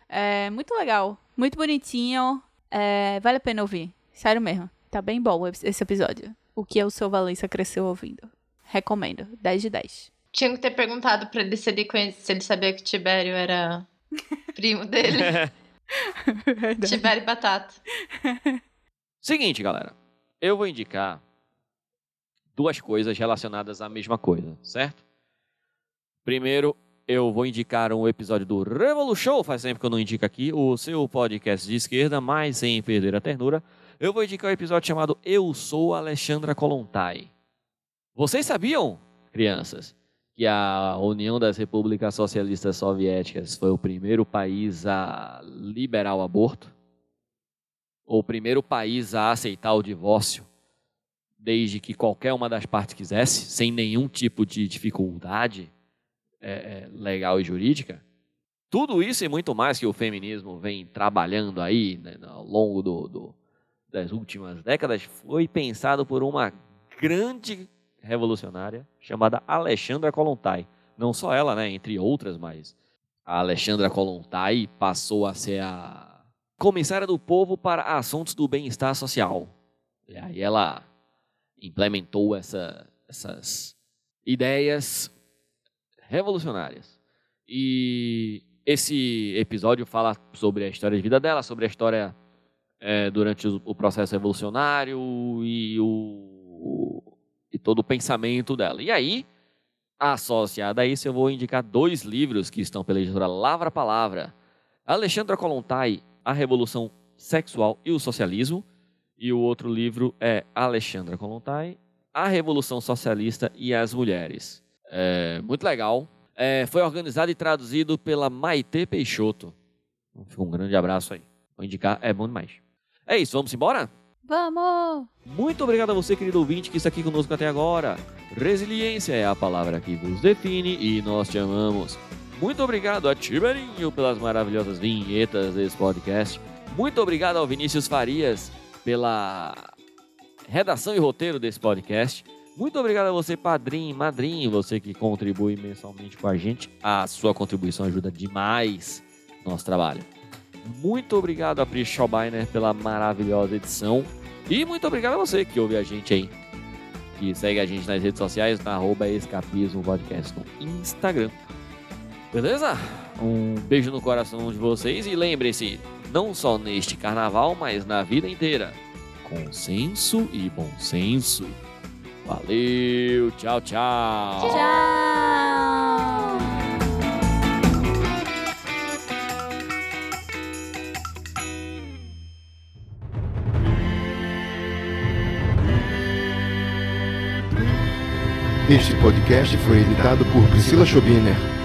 Speaker 2: É muito legal, muito bonitinho. É, vale a pena ouvir. Sério mesmo. Tá bem bom esse esse episódio. O que é o seu Valença cresceu ouvindo. Recomendo. 10 de 10.
Speaker 1: Tinha que ter perguntado pra ele se ele, conhece, se ele sabia que Tibério era primo
Speaker 3: [laughs]
Speaker 1: dele. Tibério Batata.
Speaker 3: Seguinte, galera. Eu vou indicar duas coisas relacionadas à mesma coisa, certo? Primeiro, eu vou indicar um episódio do Revolu Show, faz tempo que eu não indico aqui, o seu podcast de esquerda, mas sem perder a ternura. Eu vou indicar um episódio chamado Eu Sou Alexandra Kolontai. Vocês sabiam, crianças, que a União das Repúblicas Socialistas Soviéticas foi o primeiro país a liberar o aborto? O primeiro país a aceitar o divórcio? desde que qualquer uma das partes quisesse, sem nenhum tipo de dificuldade é, é, legal e jurídica. Tudo isso e muito mais que o feminismo vem trabalhando aí né, ao longo do- do- das últimas décadas foi pensado por uma grande revolucionária chamada Alexandra Kolontai. Não só ela, né, entre outras, mas a Alexandra Kolontai passou a ser a comissária do povo para assuntos do bem-estar social. E aí ela implementou essa- essas ideias revolucionárias. E esse episódio fala sobre a história de vida dela, sobre a história eh, durante o, o processo revolucionário e, o, e todo o pensamento dela. E aí, associado a isso, eu vou indicar dois livros que estão pela editora Lavra Palavra. Alexandra Kolontai, A Revolução Sexual e o Socialismo, e o outro livro é Alexandra Kolontai, A Revolução Socialista e as Mulheres. É muito legal. É, foi organizado e traduzido pela Maite Peixoto. Então, Fica um grande abraço aí. Vou indicar, é bom demais. É isso, vamos embora?
Speaker 2: Vamos!
Speaker 3: Muito obrigado a você, querido ouvinte, que está aqui conosco até agora. Resiliência é a palavra que vos define e nós te amamos. Muito obrigado a Tiberinho pelas maravilhosas vinhetas desse podcast. Muito obrigado ao Vinícius Farias pela redação e roteiro desse podcast. Muito obrigado a você, padrinho, madrinho, você que contribui mensalmente com a gente. A sua contribuição ajuda demais nosso trabalho. Muito obrigado a Pri Schaubeiner pela maravilhosa edição. E muito obrigado a você que ouve a gente aí. Que segue a gente nas redes sociais, na arroba Escapismo Podcast no Instagram. Beleza? Um beijo no coração de vocês e lembre-se, não só neste carnaval, mas na vida inteira. Consenso e bom senso. Valeu, tchau, tchau.
Speaker 2: Tchau!
Speaker 6: Este podcast foi editado por Priscila Schobiner.